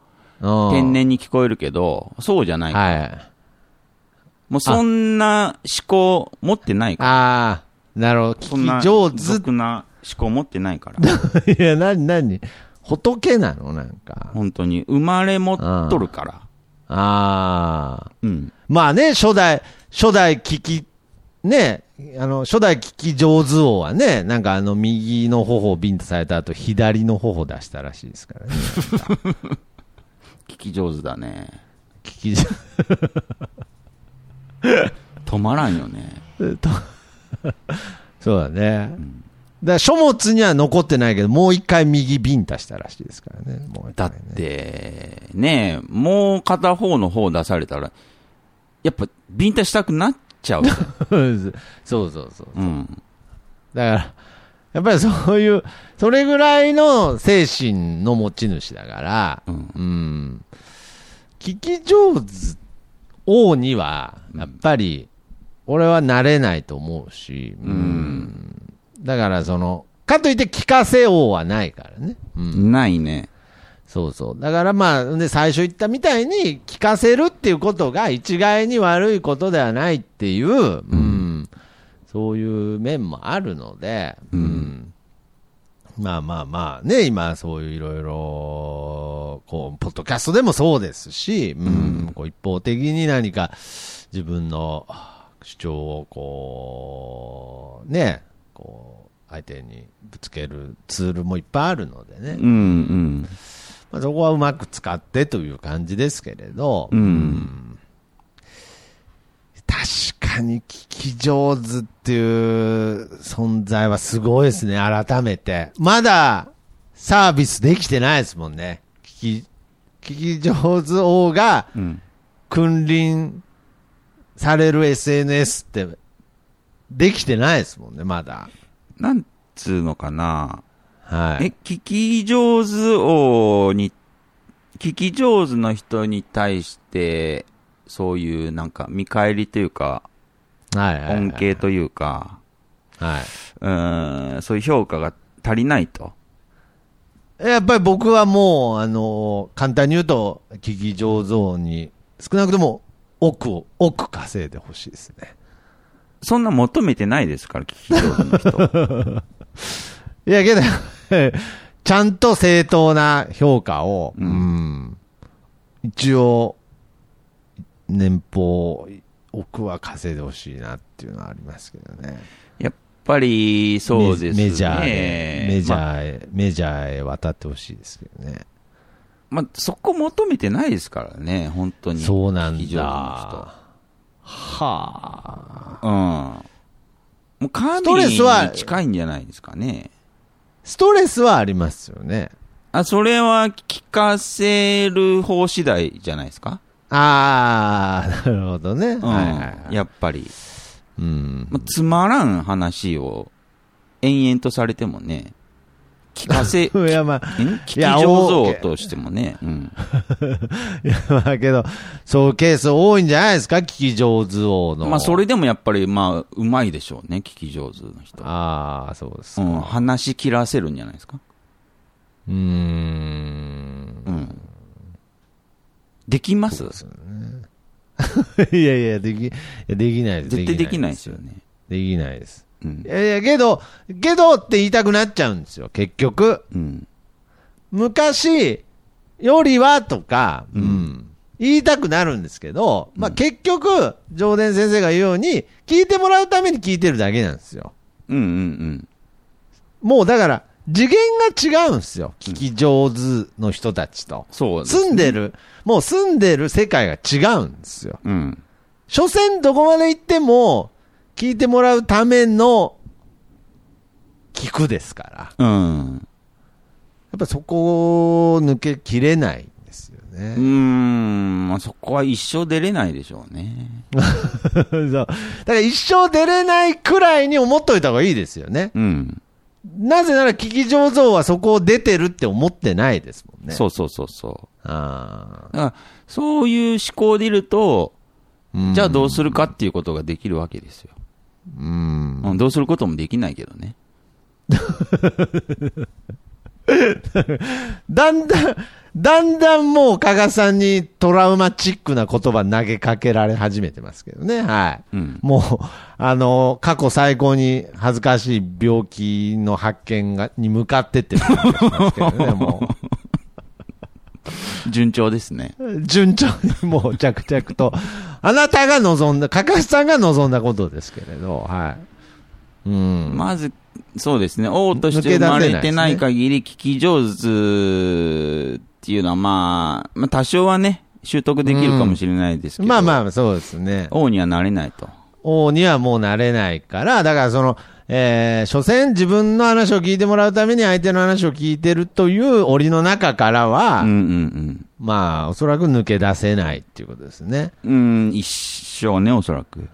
うん天。然に聞こえるけど、そうじゃない。はい。もうそんな思考持ってないから。あー、なるほど。そん聞な、き上手俗な思考持ってない (laughs) から。って。 (laughs) いや、なになに仏なのなんか。本当に。生まれ持っとるから。あー。うん。まあね、初代、初代聞き、ね、あの、初代聞き上手王はね、なんかあの、右の頬をビンタされた後、左の頬を出したらしいですからね。聞き上手だね。聞き上 (laughs) 止まらんよね。手と、そうだね。だから書物には残ってないけど、もう一回右ビンタしたらしいですからね。もう一だ回っねて、ねえ、もう片方の方出されたら、やっぱ、ビンタしたくなっち (laughs) ゃう。 (laughs) そうそうそう。うん。だから、やっぱりそういう、それぐらいの精神の持ち主だから、うんうん聞き上手王には、やっぱり、俺はなれないと思うし、うんだからその、かといって聞かせ王はないからね。うんないね。そうそう。だからまあ、で最初言ったみたいに、聞かせるっていうことが一概に悪いことではないっていう、うん、そういう面もあるので、うん。まあまあまあね、今そういういろいろ、こう、ポッドキャストでもそうですし、うん、こう一方的に何か自分の主張をこう、ね、こう、相手にぶつけるツールもいっぱいあるのでね。うん、うん。まあ、そこはうまく使ってという感じですけれど、うん確かに聞き上手っていう存在はすごいですね、改めて。まだサービスできてないですもんね。聞き、聞き上手王がうん。君臨される SNS ってできてないですもんね、まだ。なんつうのかな。はい。え、聞き上手王に、聞き上手の人に対して、そういうなんか見返りというか、はいはいはい、恩恵というか、はい。うーん、そういう評価が足りないと。やっぱり僕はもう、あの簡単に言うと、聞き上手に、少なくとも、奥を、奥稼いでほしいですね。そんな求めてないですから、聞き上手の (laughs) 人。いや、けど、ちゃんと正当な評価を、うん、一応、年俸、奥は稼いでほしいなっていうのはありますけどね。やっぱり、そうですね。メメジャーへ、メジャまあーへ、メジャーへ渡ってほしいですけどね。まあ、そこ求めてないですからね、本当に。そうなんだ。非常にのはあ。人。うん。もうカーストビレスはィに近いんじゃないですかね。ストレスはありますよね。あ、それは聞かせる方次第じゃないですか。ああ、なるほどね。うん。はいはいはい。やっぱり。うん。まあ、つまらん話を延々とされてもね、聞かせ、ん (laughs) いや、まあ、聞きいやお上ー手としてもね、うん。いや、まあけど、そういうケース多いんじゃないですか聞き上手王の。まあ、それでもやっぱり、まあ、うまいでしょうね、聞き上手の人。ああ、そうですうか。ん、話し切らせるんじゃないですか。うーん。 (laughs) うん。できますいやいや、でき、いやできないです。絶対できないで。ですすよね。できないです。うんい。やいや、けど、けどって言いたくなっちゃうんですよ、結局。うん。昔よりはとか、言いたくなるんですけど、まあ、結局、上田先生が言うように、聞いてもらうために聞いてるだけなんですよ。うんうんもうだから、次元が違うんですよ。聞き上手の人たちと。そうですね住んでる、もう住んでる世界が違うんですよ。うん。うん。所詮どこまで行っても、聞いてもらうための、聞くですから。やうん。っぱそこを抜けきれないんですよね。うーん、まあ、そこは一生出れないでしょうね。 (laughs) そう。だから一生出れないくらいに思っといた方がいいですよね。うん。なぜなら聞き上手はそこを出てるって思ってないですもんね。。そううそうそうそあう。だから、そういう思考でいると、ーじゃあどうするかっていうことができるわけですよ。うん。うん、どうすることもできないけどね。だんだん、だんだんもう加賀さんにトラウマチックな言葉投げかけられ始めてますけどね。はい。うんもう、あの、過去最高に恥ずかしい病気の発見が、に向かってって感じがしますけどね、もう。順調ですね。 (laughs) 順調にもう着々と、あなたが望んだ、かかしさんが望んだことですけれど、はい。うん。まず、そうですね。王として生まれてない限り、聞き上手っていうのは、まあ、まあ、多少はね、習得できるかもしれないですけど、まあまあ、そうですね。王にはなれないと。王にはもうなれないから、だからその、えー、所詮自分の話を聞いてもらうために相手の話を聞いてるという檻の中からは、うんうんまあ、おそらく抜け出せないっていうことですね。うん。うん、一生ね、おそらく。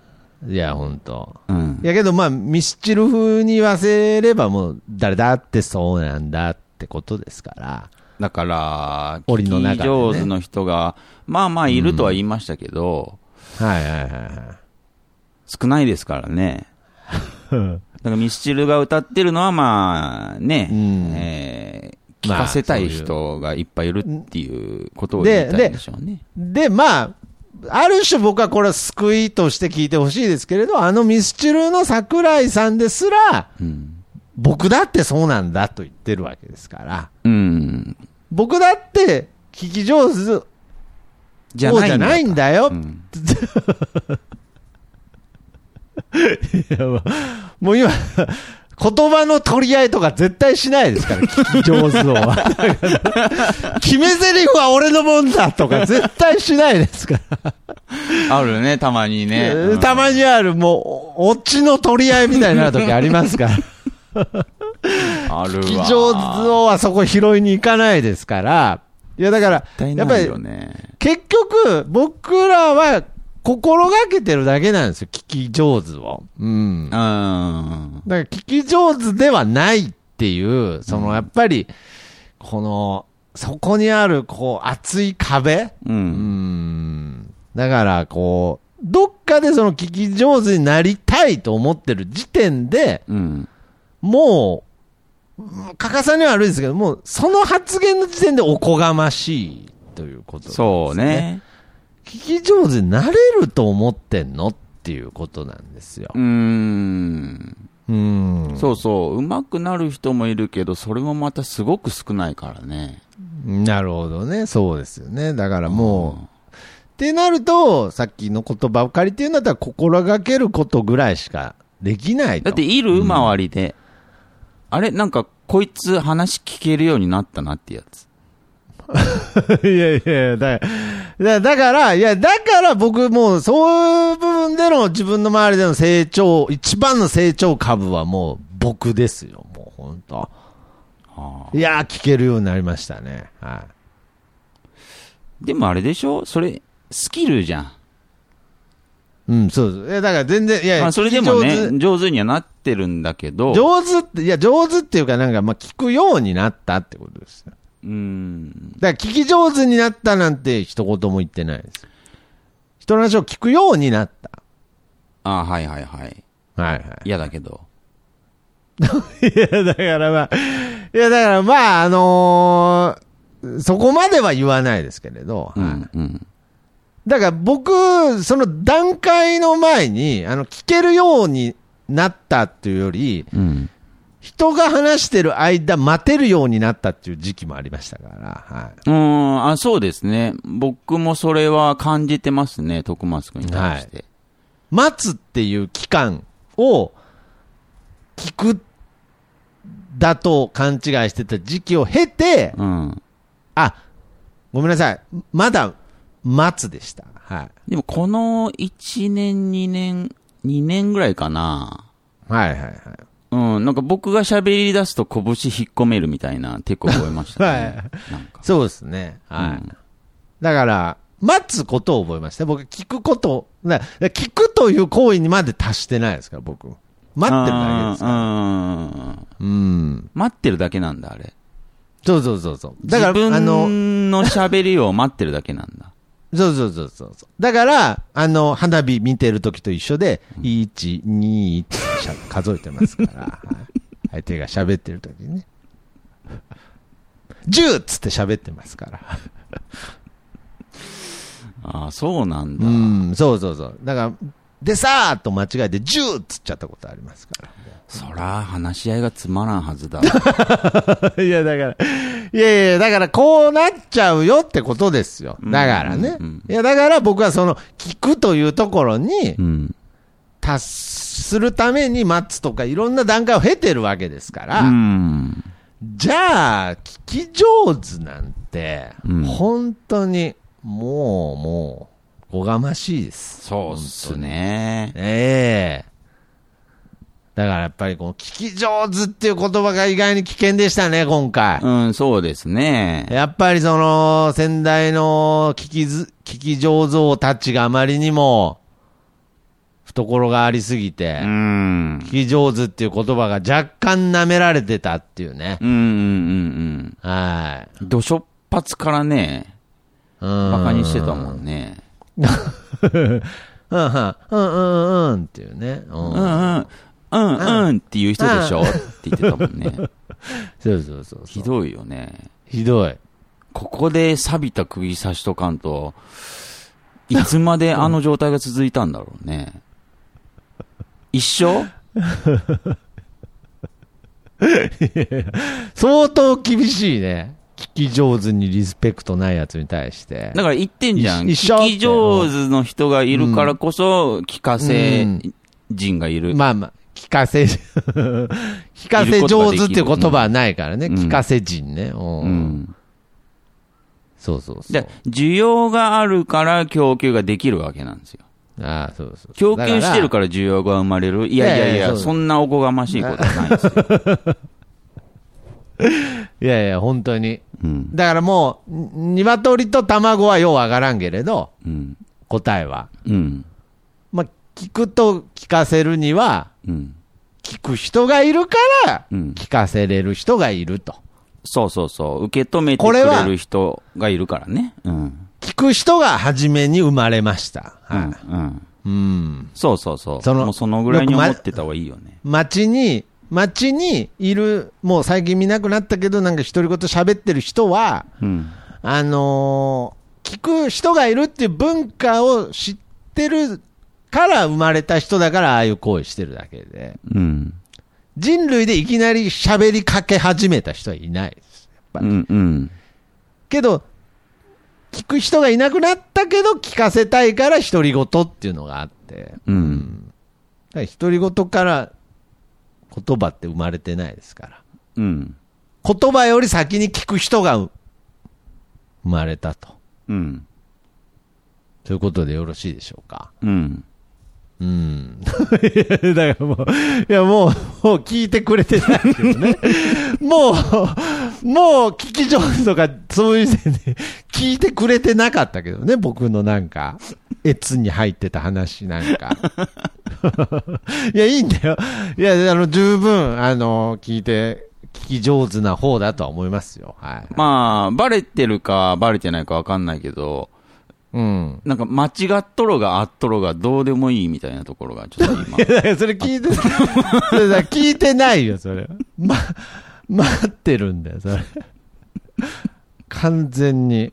いや、ほんと。うんい。やけど、まあ、ミスチル風に言わせればもう、誰だってそうなんだってことですから。だから、檻の中聞でねき上手の人が、まあまあいるとは言いましたけど、はいはいはいはい。少ないですからね。だからミスチルが歌ってるのはまあね、うんえー聞かせたい人がいっぱいいるっていうことを言いたいんでしょうね。で、まあ、ある種僕はこれは救いとして聞いてほしいですけれど、あのミスチルの桜井さんですら、うん。僕だってそうなんだと言ってるわけですから、うん。僕だって聞き上手じそうじゃないんだだよう。んいやもう (laughs) もう今、言葉の取り合いとか絶対しないですから、聞き上手を。だから (laughs) 決め台詞は俺のもんだとか絶対しないですから。あるね、たまにね。うんたまにある、もう、オチの取り合いみたいになる時ありますから。あるわ。聞き上手をはそこ拾いに行かないですから。いや、だから、ややっっぱぱりり、、ね、結局、僕らは心がけてるだけなんですよ、聞き上手を。うん。うだかん。ら、聞き上手ではないっていう、その、やっぱり、この、そこにある、こう、厚い壁う。うんん。だから、こう、どっかでその聞き上手になりたいと思ってる時点で、うん。もううん、かかさには悪いですけど、もう、その発言の時点でおこがましいということです、ね。そう。ね。聞き上手になれると思ってんのっていうことなんですよう。ん。うん。そうそう。上手くなる人もいるけど、それもまたすごく少ないからね。なるほどね。そうですよね。だからもう、ってなると、さっきの言葉を借りてるんだったら、心がけることぐらいしかできないと。だって、いる周りで、あれなんか、こいつ話聞けるようになったなってやつ。 (laughs) いやいやいやだだだから、いや、だから僕もう、そういう部分での自分の周りでの成長、一番の成長株はもう僕ですよ、もう本当。あいやー、聞けるようになりましたね。はでもあれでしょそれ、スキルじゃん。い。うん、そうです。いや、だから全然、いや、まあ、それでも聞きね、上手にはなってるんだけど、上手。上手って、いや、上手っていうか、なんか、まあ、聞くようになったってことですよ。うん。だから、聞き上手になったなんて一言も言ってないです。人の話を聞くようになっあはいはいはい。た。はいはい。嫌だけど。いや、だからまあ、いや、だからまあ、あのーそこまでは言わないですけれど、うん、うん。だから僕、その段階の前に、あの、聞けるようになったっていうより、うん。人が話してる間、待てるようになったっていう時期もありましたから、はうーん、あ、そうですね。僕もそれは感じてますね、徳松君に対して。い。待つっていう期間を、聞く、だと勘違いしてた時期を経て、うん。あ、ごめんなさい。まだ、待つでした。はい。でも、この1年、2年、2年ぐらいかな。はいはいはい。うん、なんか僕が喋り出すと拳引っ込めるみたいな結構覚え (laughs) ましたね。なんか。そうですね。はい。うんだから、待つことを覚えました。僕、聞くこと、だだ聞くという行為にまで達してないですから、僕。待ってるだけですから。うん。うん。待ってるだけなんだ、あれ。そうそうそうそう。だから、自あの、分の喋りを待ってるだけなんだ。そうそうそうそうそう。だから、あの、花火見てる時と一緒で、1、2、しゃ数えてますから、は (laughs) い相手が喋ってる時にね。10っつって喋ってますから。ああ、そうなんだ。うん、そうそうそう。だから、でさーっと間違えて、ジューっつっちゃったことあります (laughs) かそら、話し合いがつまらん (laughs) はずだ。ら。いや、だから、いやいや、だからこうなっちゃうよってことですよ。だからね。うんうんいや、だから僕はその、聞くというところにう、ん。達するために待つとかいろんな段階を経てるわけですから、うん。じゃあ、聞き上手なんて、うん本当に、もう、もう、おがましいです。そうっすね。ええだからやっぱりこの聞き上手っていう言葉が意外に危険でしたね、今回。うん、そうですね。やっぱりその、先代の聞きず、聞き上手たちがあまりにも、懐がありすぎてう、ん。聞き上手っていう言葉が若干舐められてたっていうねうん、う。ん、うん、はい。うん。どしょっぱつからね、うん。バカにしてたもんね。うんうん、うんうんうんっていうね。ううんん、うん。うん、うんっていう人でしょって言ってたもんね。そうそうそうそう。ひどいよね。ひどい。ここで錆びた釘刺しとかんと、いつまであの状態が続いたんだろうね。一生相当厳しいね。聞き上手にリスペクトないやつに対して。だから言ってんじゃん。一一緒聞き上手の人がいるからこそ、聞かせ人がいる。まあまあ、聞かせ、 (laughs) 聞かせ上手っていう言葉はないからね。うん聞かせ人ね。ううん。ん。そうそうそうで。、需要があるから供給ができるわけなんですよ。ああ、そうそう。供給してるかから需要が生まれる。いやいやいいやいやや、そうそんなおこがましいことはないですよ。ら。いやいや、本当に。うん。だからもう、ん鶏と卵はようわからんけれど、うん。答えは。うん。まあ、聞くと聞かせるには、うん。聞く人がいるから、うん聞かせれる人がいると。そうそうそう。受け止めてこくれはれる人がいるからね。うん。聞く人が初めに生まれました。うん。うはい。ん。うん。そうそうそう。そのもうそのぐらいに思ってた方がいいよね。街に、街にいる、もう最近見なくなったけど、なんか独り言喋ってる人は、うん。あのー聞く人がいるっていう文化を知ってるから生まれた人だから、ああいう行為してるだけで、うん。人類でいきなり喋りかけ始めた人はいないです。やっぱうりん。うん。けど、聞く人がいなくなったけど、聞かせたいから独り言っていうのがあって、うん。だから独り言から言葉って生まれてないですから。うん。言葉より先に聞く人が生まれたと。うん。ということでよろしいでしょうか。うん。うん。だからもう、いやもう、もう聞いてくれてないけどね。 (laughs) もう、もう聞き上手とか、そういう時点で聞いてくれてなかったけどね、僕のなんか、越に入ってた話なんか。いや、いいんだよ。いや、あの、十分、あの、聞いて、聞き上手な方だとは思いますよ。はい。まあ、バレてるかバレてないかわかんないけど、うん。なんか間違っとろがあっとろがどうでもいいみたいなところがちょっと今いや、。だ (laughs) からそれ聞いて、それだ聞いてないよ、それ。ま、待ってるんだよ、それ。完全に。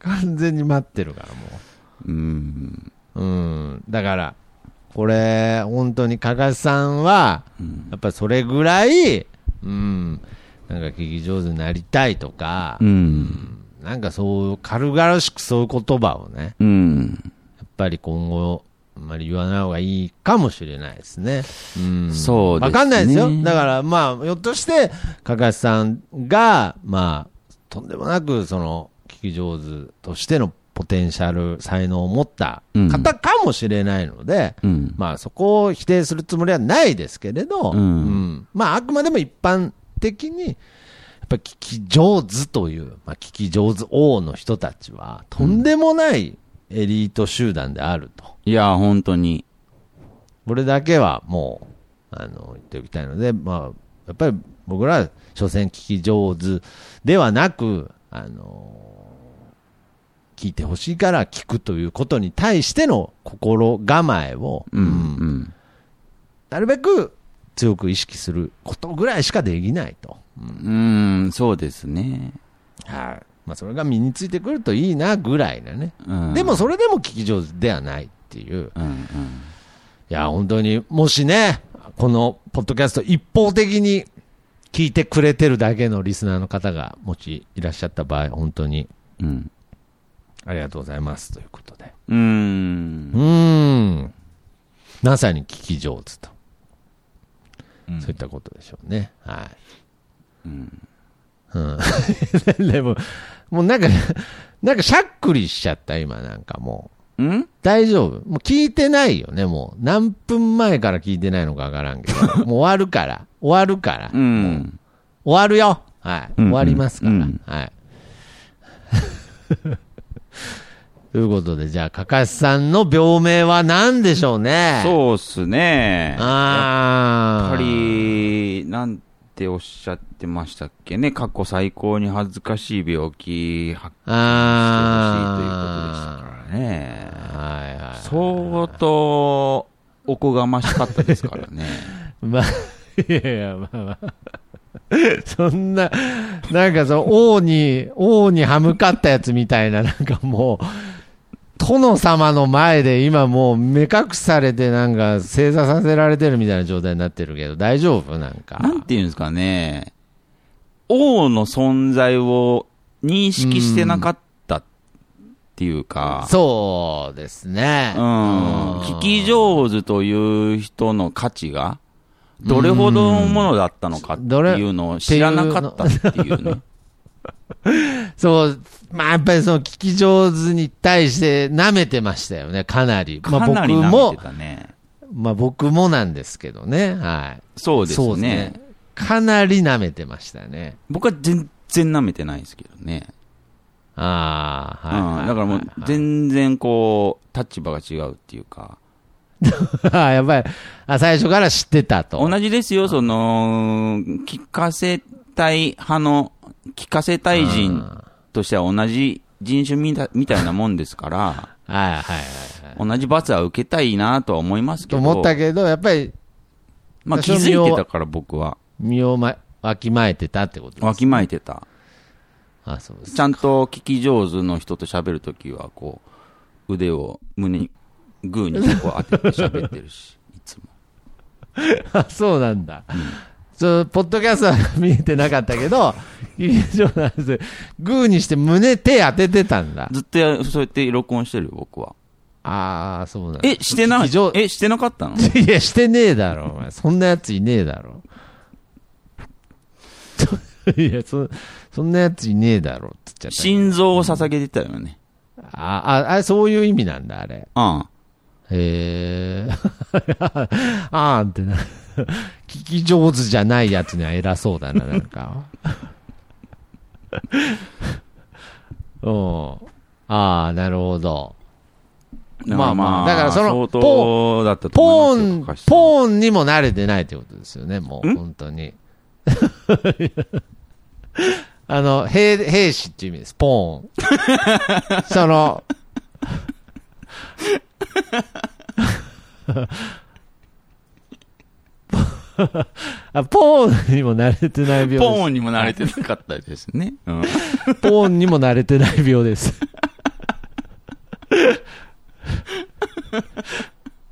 完全に待ってるから、もうん。う。うん。だから、これ、本当に、かかしさんは、うんやっぱそれぐらい、うん、なんか聞き上手になりたいとか、うん。なんかそう、軽々しくそういう言葉をね、うん。やっぱり今後、あんまり言わない方がいいかもしれないですね。うん。そうでわすねかんないですよ。だから、まあ、ひょっとして、かかしさんが、まあ、とんでもなく、その、聞き上手としてのポテンシャル、才能を持った方かもしれないので、うん。まあ、そこを否定するつもりはないですけれど、うんんまあ、あくまでも一般的に、やっぱり聞き上手という、まあ、聞き上手王の人たちは、とんでもないエリート集団であると。いや、本当に。これだけはもう、あの、言っておきたいので、まあ、やっぱり僕らは、所詮聞き上手ではなく、あの、聞いてほしいから聞くということに対しての心構えを、うん。うんうん。なるべく強く意識することぐらいしかできないと。うん、そうですね。はい。まあ、それが身についてくるといいな、ぐらいなね。うん、でも、それでも聞き上手ではないっていう。うんうん、いや、本当に、もしね、このポッドキャスト一方的に聞いてくれてるだけのリスナーの方が、もしいらっしゃった場合、本当にうん。ありがとうございます、ということで。うー。うんーん。まさに聞き上手と。うんそういったことでしょうね。はい。うん。うん。 (laughs) でも、もうなんか、なんかしゃっくりしちゃった、今なんかもう。うん大丈夫もう聞いてないよね、もう。何分前から聞いてないのかわからんけど。もう終わるから。終わるから。う。もうん終わるよ。はい。うん終わりますから。うんはい。 (laughs) ということで、じゃあ、かかしさんの病名は何でしょうね。う。そうっすね。あやー。っぱり、なんておっしゃってましたっけね。過去最高に恥ずかしい病気発見してほしいということでしたあー。からね。はいはい。相当、おこがましかったですからね。まあ、いやいや、まあ (laughs) まあ。そんな、なんかその、王に、王に歯向かったやつみたいな、なんかもう、殿様の前で今もう目隠されてなんか正座させられてるみたいな状態になってるけど、大丈夫なんか。なんていうんですかね、王の存在を認識してなかったっていうか、そうですね。うん、聞き上手という人の価値が、どれほどのものだったのかっていうのを知らなかったっていうね。そう、まあやっぱりその聞き上手に対して舐めてましたよね、かなり。まあかなり舐めてたね。僕も、まあ僕もなんですけどね、はい。そうですそうですねね。かなり舐めてましたね。僕は全然舐めてないですけどね。ああ、はいはいはい、うん、だからもう全然こう、立場が違うっていうか。 (laughs) あやっぱり、あ、最初から知ってたと。同じですよ、その、聞かせたい派の、聞かせたい人としては同じ人種みたみたいなもんで (laughs) すから、はいはいはいはい。同じ罰は受けたいなとは思いますけとど、思ったけど、やっぱりまあ気づいてたから僕は、身を、ま、わきまえてたってことです。わきまえてた。あ、そうです。ちゃんと聞き上手の人と喋るときは、こう、腕を胸に、グーにこう当てて喋って (laughs) るし、いつも。あ、そうなんだ。そう、ポッドキャストは見えてなかったけど、 (laughs) 以上なんです。グーにして胸手当ててたんだ。ずっとやそうやって録音してるよ、僕は。ああ、そうなんだ。え、してな聞いき上え、してなかった (laughs) のいや、してねえだろ、お前。そんなやついねえだろ。 (laughs) といや、そ、そんなやついねえだろ、つっちゃったけど。心臓を捧げてたよね。ああ、あれ、そういう意味なんだ、あれ。うん。へえ。 (laughs) あーんってな。聞き上手じゃないやつには偉そうだな、なんか。 (laughs) うん。ああ、なるほど。まあまあだからその相当だったとポ思いーンますよ、高ポ橋ーンにも慣れてないってことですよね、もう、ん本当に。 (laughs) あの、兵、兵士っていう意味です、ポーン。その、あポーンにも慣れてない病さんです。ポーンにも慣れてなかったですね。うん。ポーンにも慣れてない病です。 (laughs)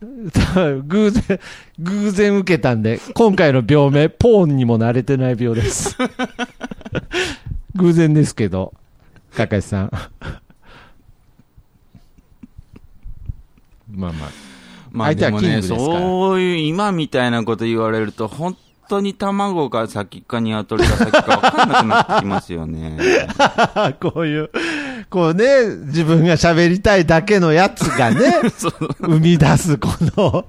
偶然、偶然受けたんで、今回の病名、ポーンにも慣れてない病です。偶然ですけど、かかしさん。まあまあ。まあ (laughs) 相手ではもキングね、ですからそういう今みたいなこと言われると、本当に卵か先か鶏か先か分かんなくなってきますよね。 (laughs) こういう、こうね、自分が喋りたいだけのやつがね、生み出すこの、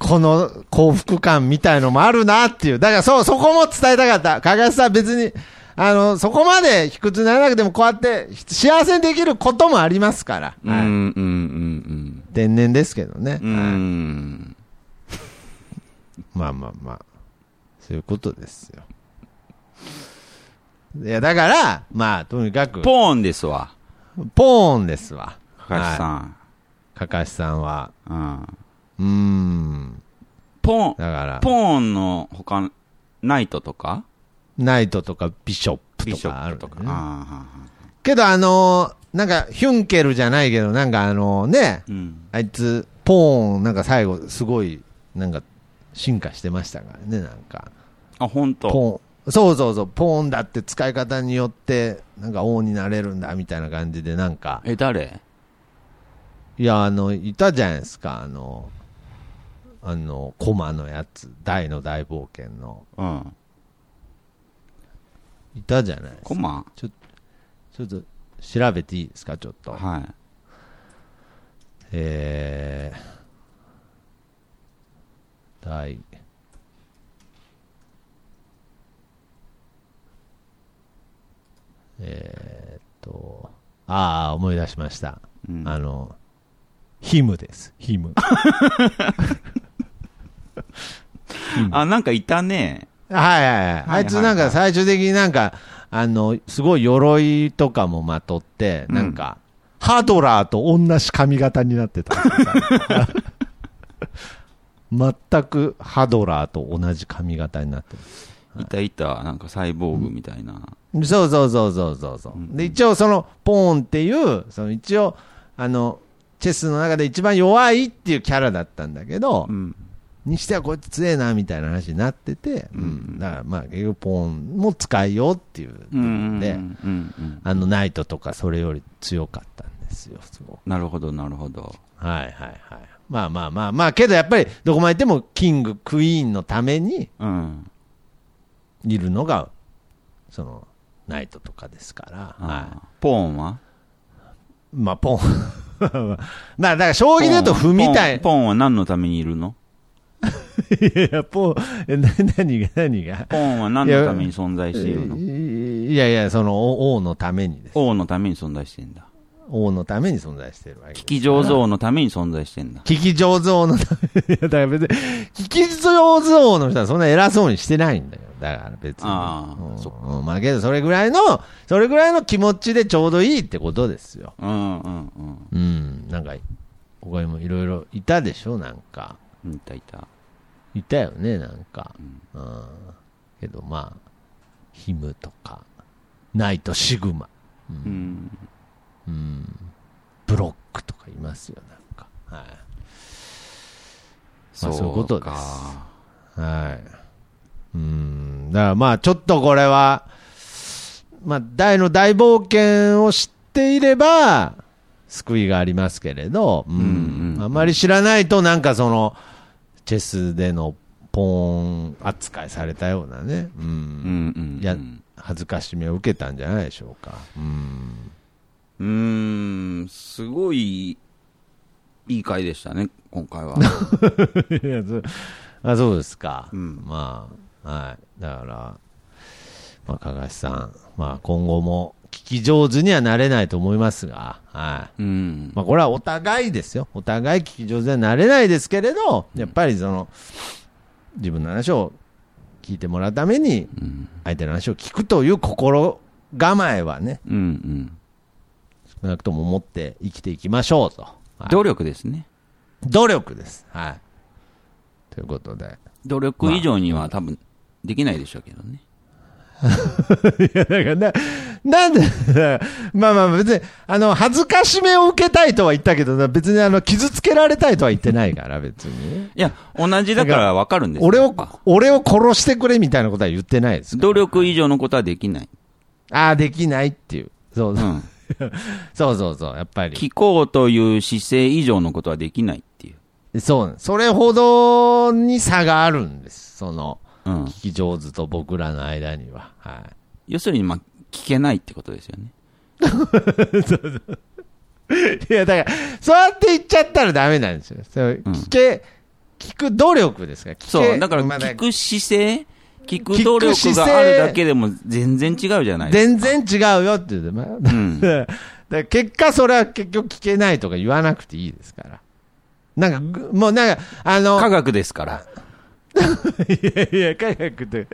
この幸福感みたいのもあるなっていう。だからそう、そこも伝えたかった。加賀さん別に、あの、そこまで卑屈にならなくてもこうやって幸せにできることもありますから。うん、うん、うん、天然ですけどね。うん。うん。まあまあまあ。そういうことですよ。いや、だから、まあ、とにかく、ポーンですわ、ポーンですわ。高橋さん。かかしさんは。うん。うーん。ポーン、だから、ポーンの他、ナイトとかナイトとかビショップビとショかあッるプとか。ねあけどあのーなんかヒュンケルじゃないけど、なんかあのねー、うん。あいつ、ポーン、なんか最後、すごい、なんか、進化してましたからね、なんか。あ、本当。ポーン。そうそうそう、ポーンだって使い方によって、なんか王になれるんだ、みたいな感じで、なんか。え、誰いや、あの、いたじゃないですか、あの、あの、コマのやつ、大の大冒険の。うん。いたじゃないですコか。マちょっと、調べていいですか、ちょっと。はい。えー、第、えーっと、ああ、思い出しました。うんあの、ヒムです、ヒム。はあ、なんかいたね。いはいはい。あいつなんか最終的になんか、あの、すごい鎧とかもまとって、うんなん (laughs) か、ハドラーと同じ髪型になってたんですよ。全くハドラーと同じ髪型になってるいたいた、なんかサイボーグみたいな。そうそうそうそうそうそう、で一応そのポーンっていうその一応あのチェスの中で一番弱いっていうキャラだったんだけど、うん。にしてはこいつ強えなみたいな話になってて、んだからまあ結局ポーンも使いようっていううんうんうん。で、うんうんあのナイトとかそれより強かったんですよすごくなるほど、なるほど。はいはいはいまあまあまあまあけどやっぱりどこまで行ってもキングクイーンのためにうん。いるのがそのナイトとかですから、はい、あーポーンはまあ、ポン。まあ、だから、将棋で言うとポ歩ンみたい。ポンポンは何のためにいるのいやいや、ポン、えな何が、何が。ポーンは何のために存在しているのいやいや、その、お王のためにです。王のために存在してんだ。王のために存在してるわけです。聞き上手王のために存在してんだ。聞き上手王のために。いや、だから別に、聞き上手王の人はそんな偉そうにしてないんだよ。だから別に。あーうんそっうんまあけど、それぐらいの、それぐらいの気持ちでちょうどいいってことですよ。うんうんうん。うん。なんか、他にもいろいろいたでしょ、なんか。うんいたいた。いたよね、なんか。うん。けどまあ、ヒムとか、ナイト、シグマ、うん。ブロックとかいますよ、なんか。はい。まあそういうことですかはい。うん。だからまあ、ちょっとこれは、まあ、大の大冒険を知っていれば、救いがありますけれど、うん。んうんあまり知らないと、なんかその、チェスでのポーン扱いされたようなね。うん。うんうん。いやうん、恥ずかしめを受けたんじゃないでしょうか。うん。うーん、すごい、いい回でしたね、(laughs) 今回は。いやそ (laughs) あそうですか。うんまあ、はい。だから、まあ、加賀さん、まあ、今後も聞き上手にはなれないと思いますが、はい。うん。まあ、これはお互いですよ。お互い聞き上手にはなれないですけれど、やっぱりその、自分の話を聞いてもらうために、うん。相手の話を聞くという心構えはね、うんうん。少なくとも持って生きていきましょうと。はい努力ですね。努力です。はい。ということで。努力以上には多分、できないでしょうけどね。いや、だからな、なんで、まあまあ別に、あの、恥ずかしめを受けたいとは言ったけどな、別にあの、傷つけられたいとは言ってないから、別に。いや、同じだからわかるんですよ俺やをっぱ、俺を殺してくれみたいなことは言ってないですから。努力以上のことはできない。ああ、できないっていう。そううそう、ん。 (laughs) そうそうそう、やっぱり。聞こうという姿勢以上のことはできないっていう。そう、それほどに差があるんです。その、うん。聞き上手と僕らの間には。はい。要するに、まあ、聞けないってことですよね。いや、だから、そうやって言っちゃったらダメなんですよ。そううん聞け、聞く努力ですから。聞けそう。だから、まあ聞く姿勢、聞聞くく努力姿勢があるだけでも全然違うじゃないですか。全然違うよって言うて、まあ、だ (laughs) うんから結果それは結局聞けないとか言わなくていいですから。なんかぐ、もうなんか、あの、科学ですから。 (laughs) いやいや、科学って、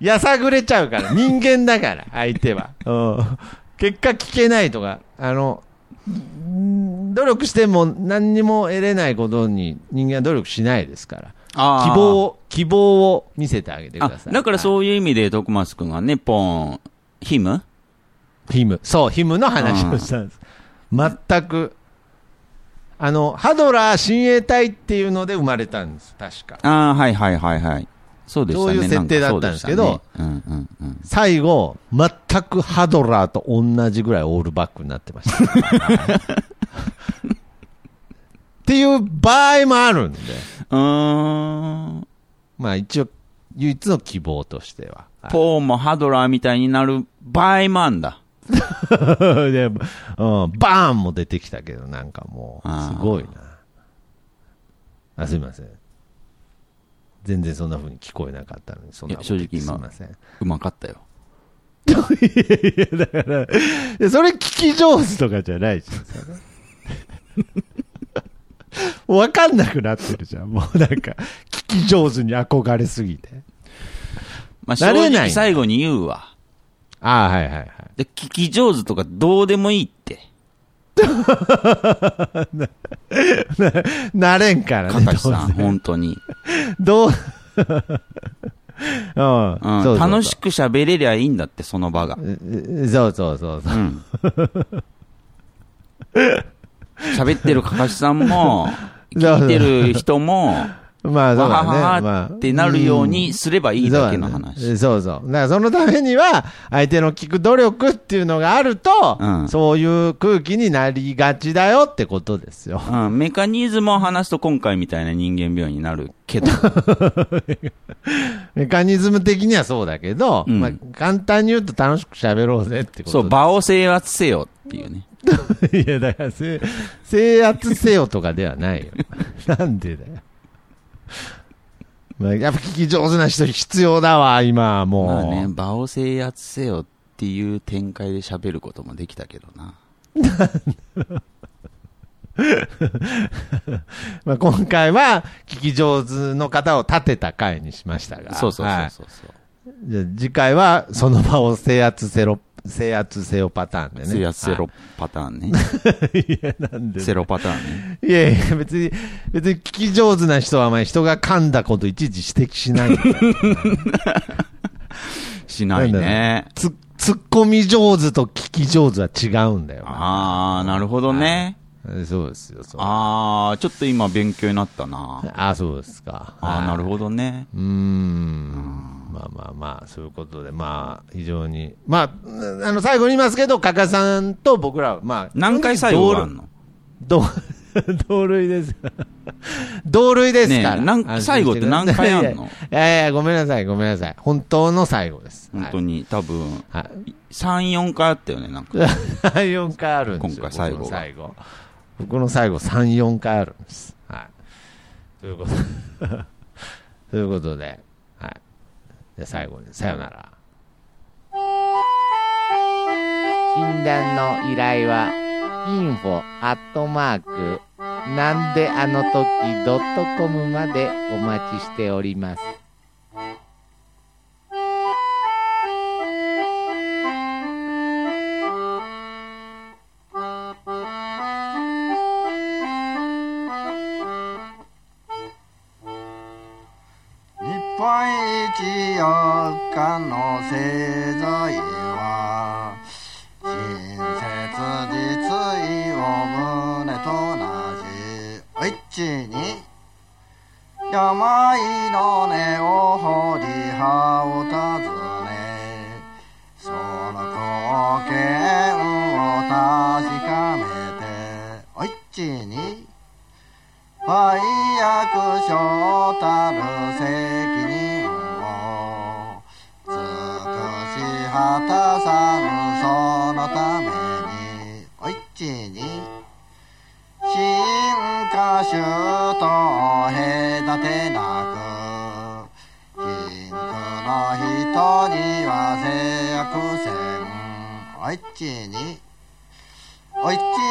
やさぐれちゃうから、人間だ (laughs) から、相手は。うん結果聞けないとか、あの、ん努力しても何にも得れないことに人間は努力しないですから。あー希望を、希望を見せてあげてください。だからはそういう意味で、徳松くんはね、ポーン、ヒムいヒム。そう、ヒムの話をしたんです。全く。あの、ハドラー親衛隊っていうので生まれたんです、確か。ああ、はいはいはいはい。そうでしたね。そういう設定だったんですけどなんかそうでしたねうんうんうん。最後、全くハドラーと同じぐらいオールバックになってました。 (laughs) っていう場合もあるんで、うーん。まあ一応、唯一の希望としては。ポーンもハドラーみたいになる場合もあんだ。 (laughs) でうん、バーンも出てきたけど、なんかもう、あすーごいな。あ、すいません。全然そんな風に聞こえなかったのに、そんなこといや正直今すいません。うまかったよ。いや、それ聞き上手とかじゃないじゃん。 (laughs) それわかんなくなってるじゃん。もうなんか、聞き上手に憧れすぎて。まあ、慣正れない直最後に言うわ。ああ、はいはいはい。で、聞き上手とかどうでもいいって。なれんからかね。 (laughs) かしさん、本当に。どう、 (laughs) うん、うんそうそうそう楽しく喋れりゃいいんだって、その場が。そうそうそうそうう。ん。喋ってるかかしさん (laughs) も、聞いてる人も、まあ、(laughs) わそうだはね。はまはあってなるようにすればいいだけの話。そうそう,、だからそのためには、相手の聞く努力っていうのがあると、うんそういう空気になりがちだよってことですよ。うん、メカニズムを話すと今回みたいな人間病になる (laughs) けど、メカニズム的にはそうだけど、うんまあ、簡単に言うと楽しく喋ろうぜってことそう、場を制圧せよっていうね。 (laughs) いや、だからせ、制圧せよとかではないよ。 (laughs) なんでだよ。まあ、やっぱ聞き上手な人必要だわ、今、もう。まあね、場を制圧せよっていう展開で喋ることもできたけどな。まあ、今回は、聞き上手の方を立てた回にしましたが。そうそうそはういそうそう。じゃあ次回は、その場を制圧せろ、制圧せよパターンでね。制圧せろはパターンね。い。いや、なん (laughs) で。せろパターンね。いやいや、別に、別に聞き上手な人は、まあ、人が噛んだこといちいち指摘しないんだ (laughs) よ。しないね。つ、ツッコミ上手と聞き上手は違うんだよな。あー、なるほどね。そうですよ、そう。あー、ちょっと今勉強になったな。あ、そうですか。あー、なるほどね。うーん。まあまあまあ、そういうことで、まあ、非常に。まあ、うんあの、最後に言いますけど、加賀さんと僕らは、まあ、何回最後があんの同類同 (laughs) 同類です。同類ですから。ねえなん安心して最後って何回あんのい (laughs) やいやいやいや、ごめんなさい、ごめんなさい。本当の最後です。本当に、多分、はい。 3、4回あったよね、なんか。はい、4回あるんですよ。今回最後僕がの最後。僕の最後、3、4回あるんです。はい。ということで。 (laughs) ということで、はい。じゃあ最後に、さよなら。診断の依頼は info アットマークなんであの時ドットコムまでお待ちしております。日本一四日の製造業は親切実意を胸と同じ一致に病の根を掘り葉を尋ねその貢献を確かめて一致に愛役所たる責任を尽くし果たさぬそのためにおいちに進化種と隔てなく貧苦の人には制約せんおいちにおいち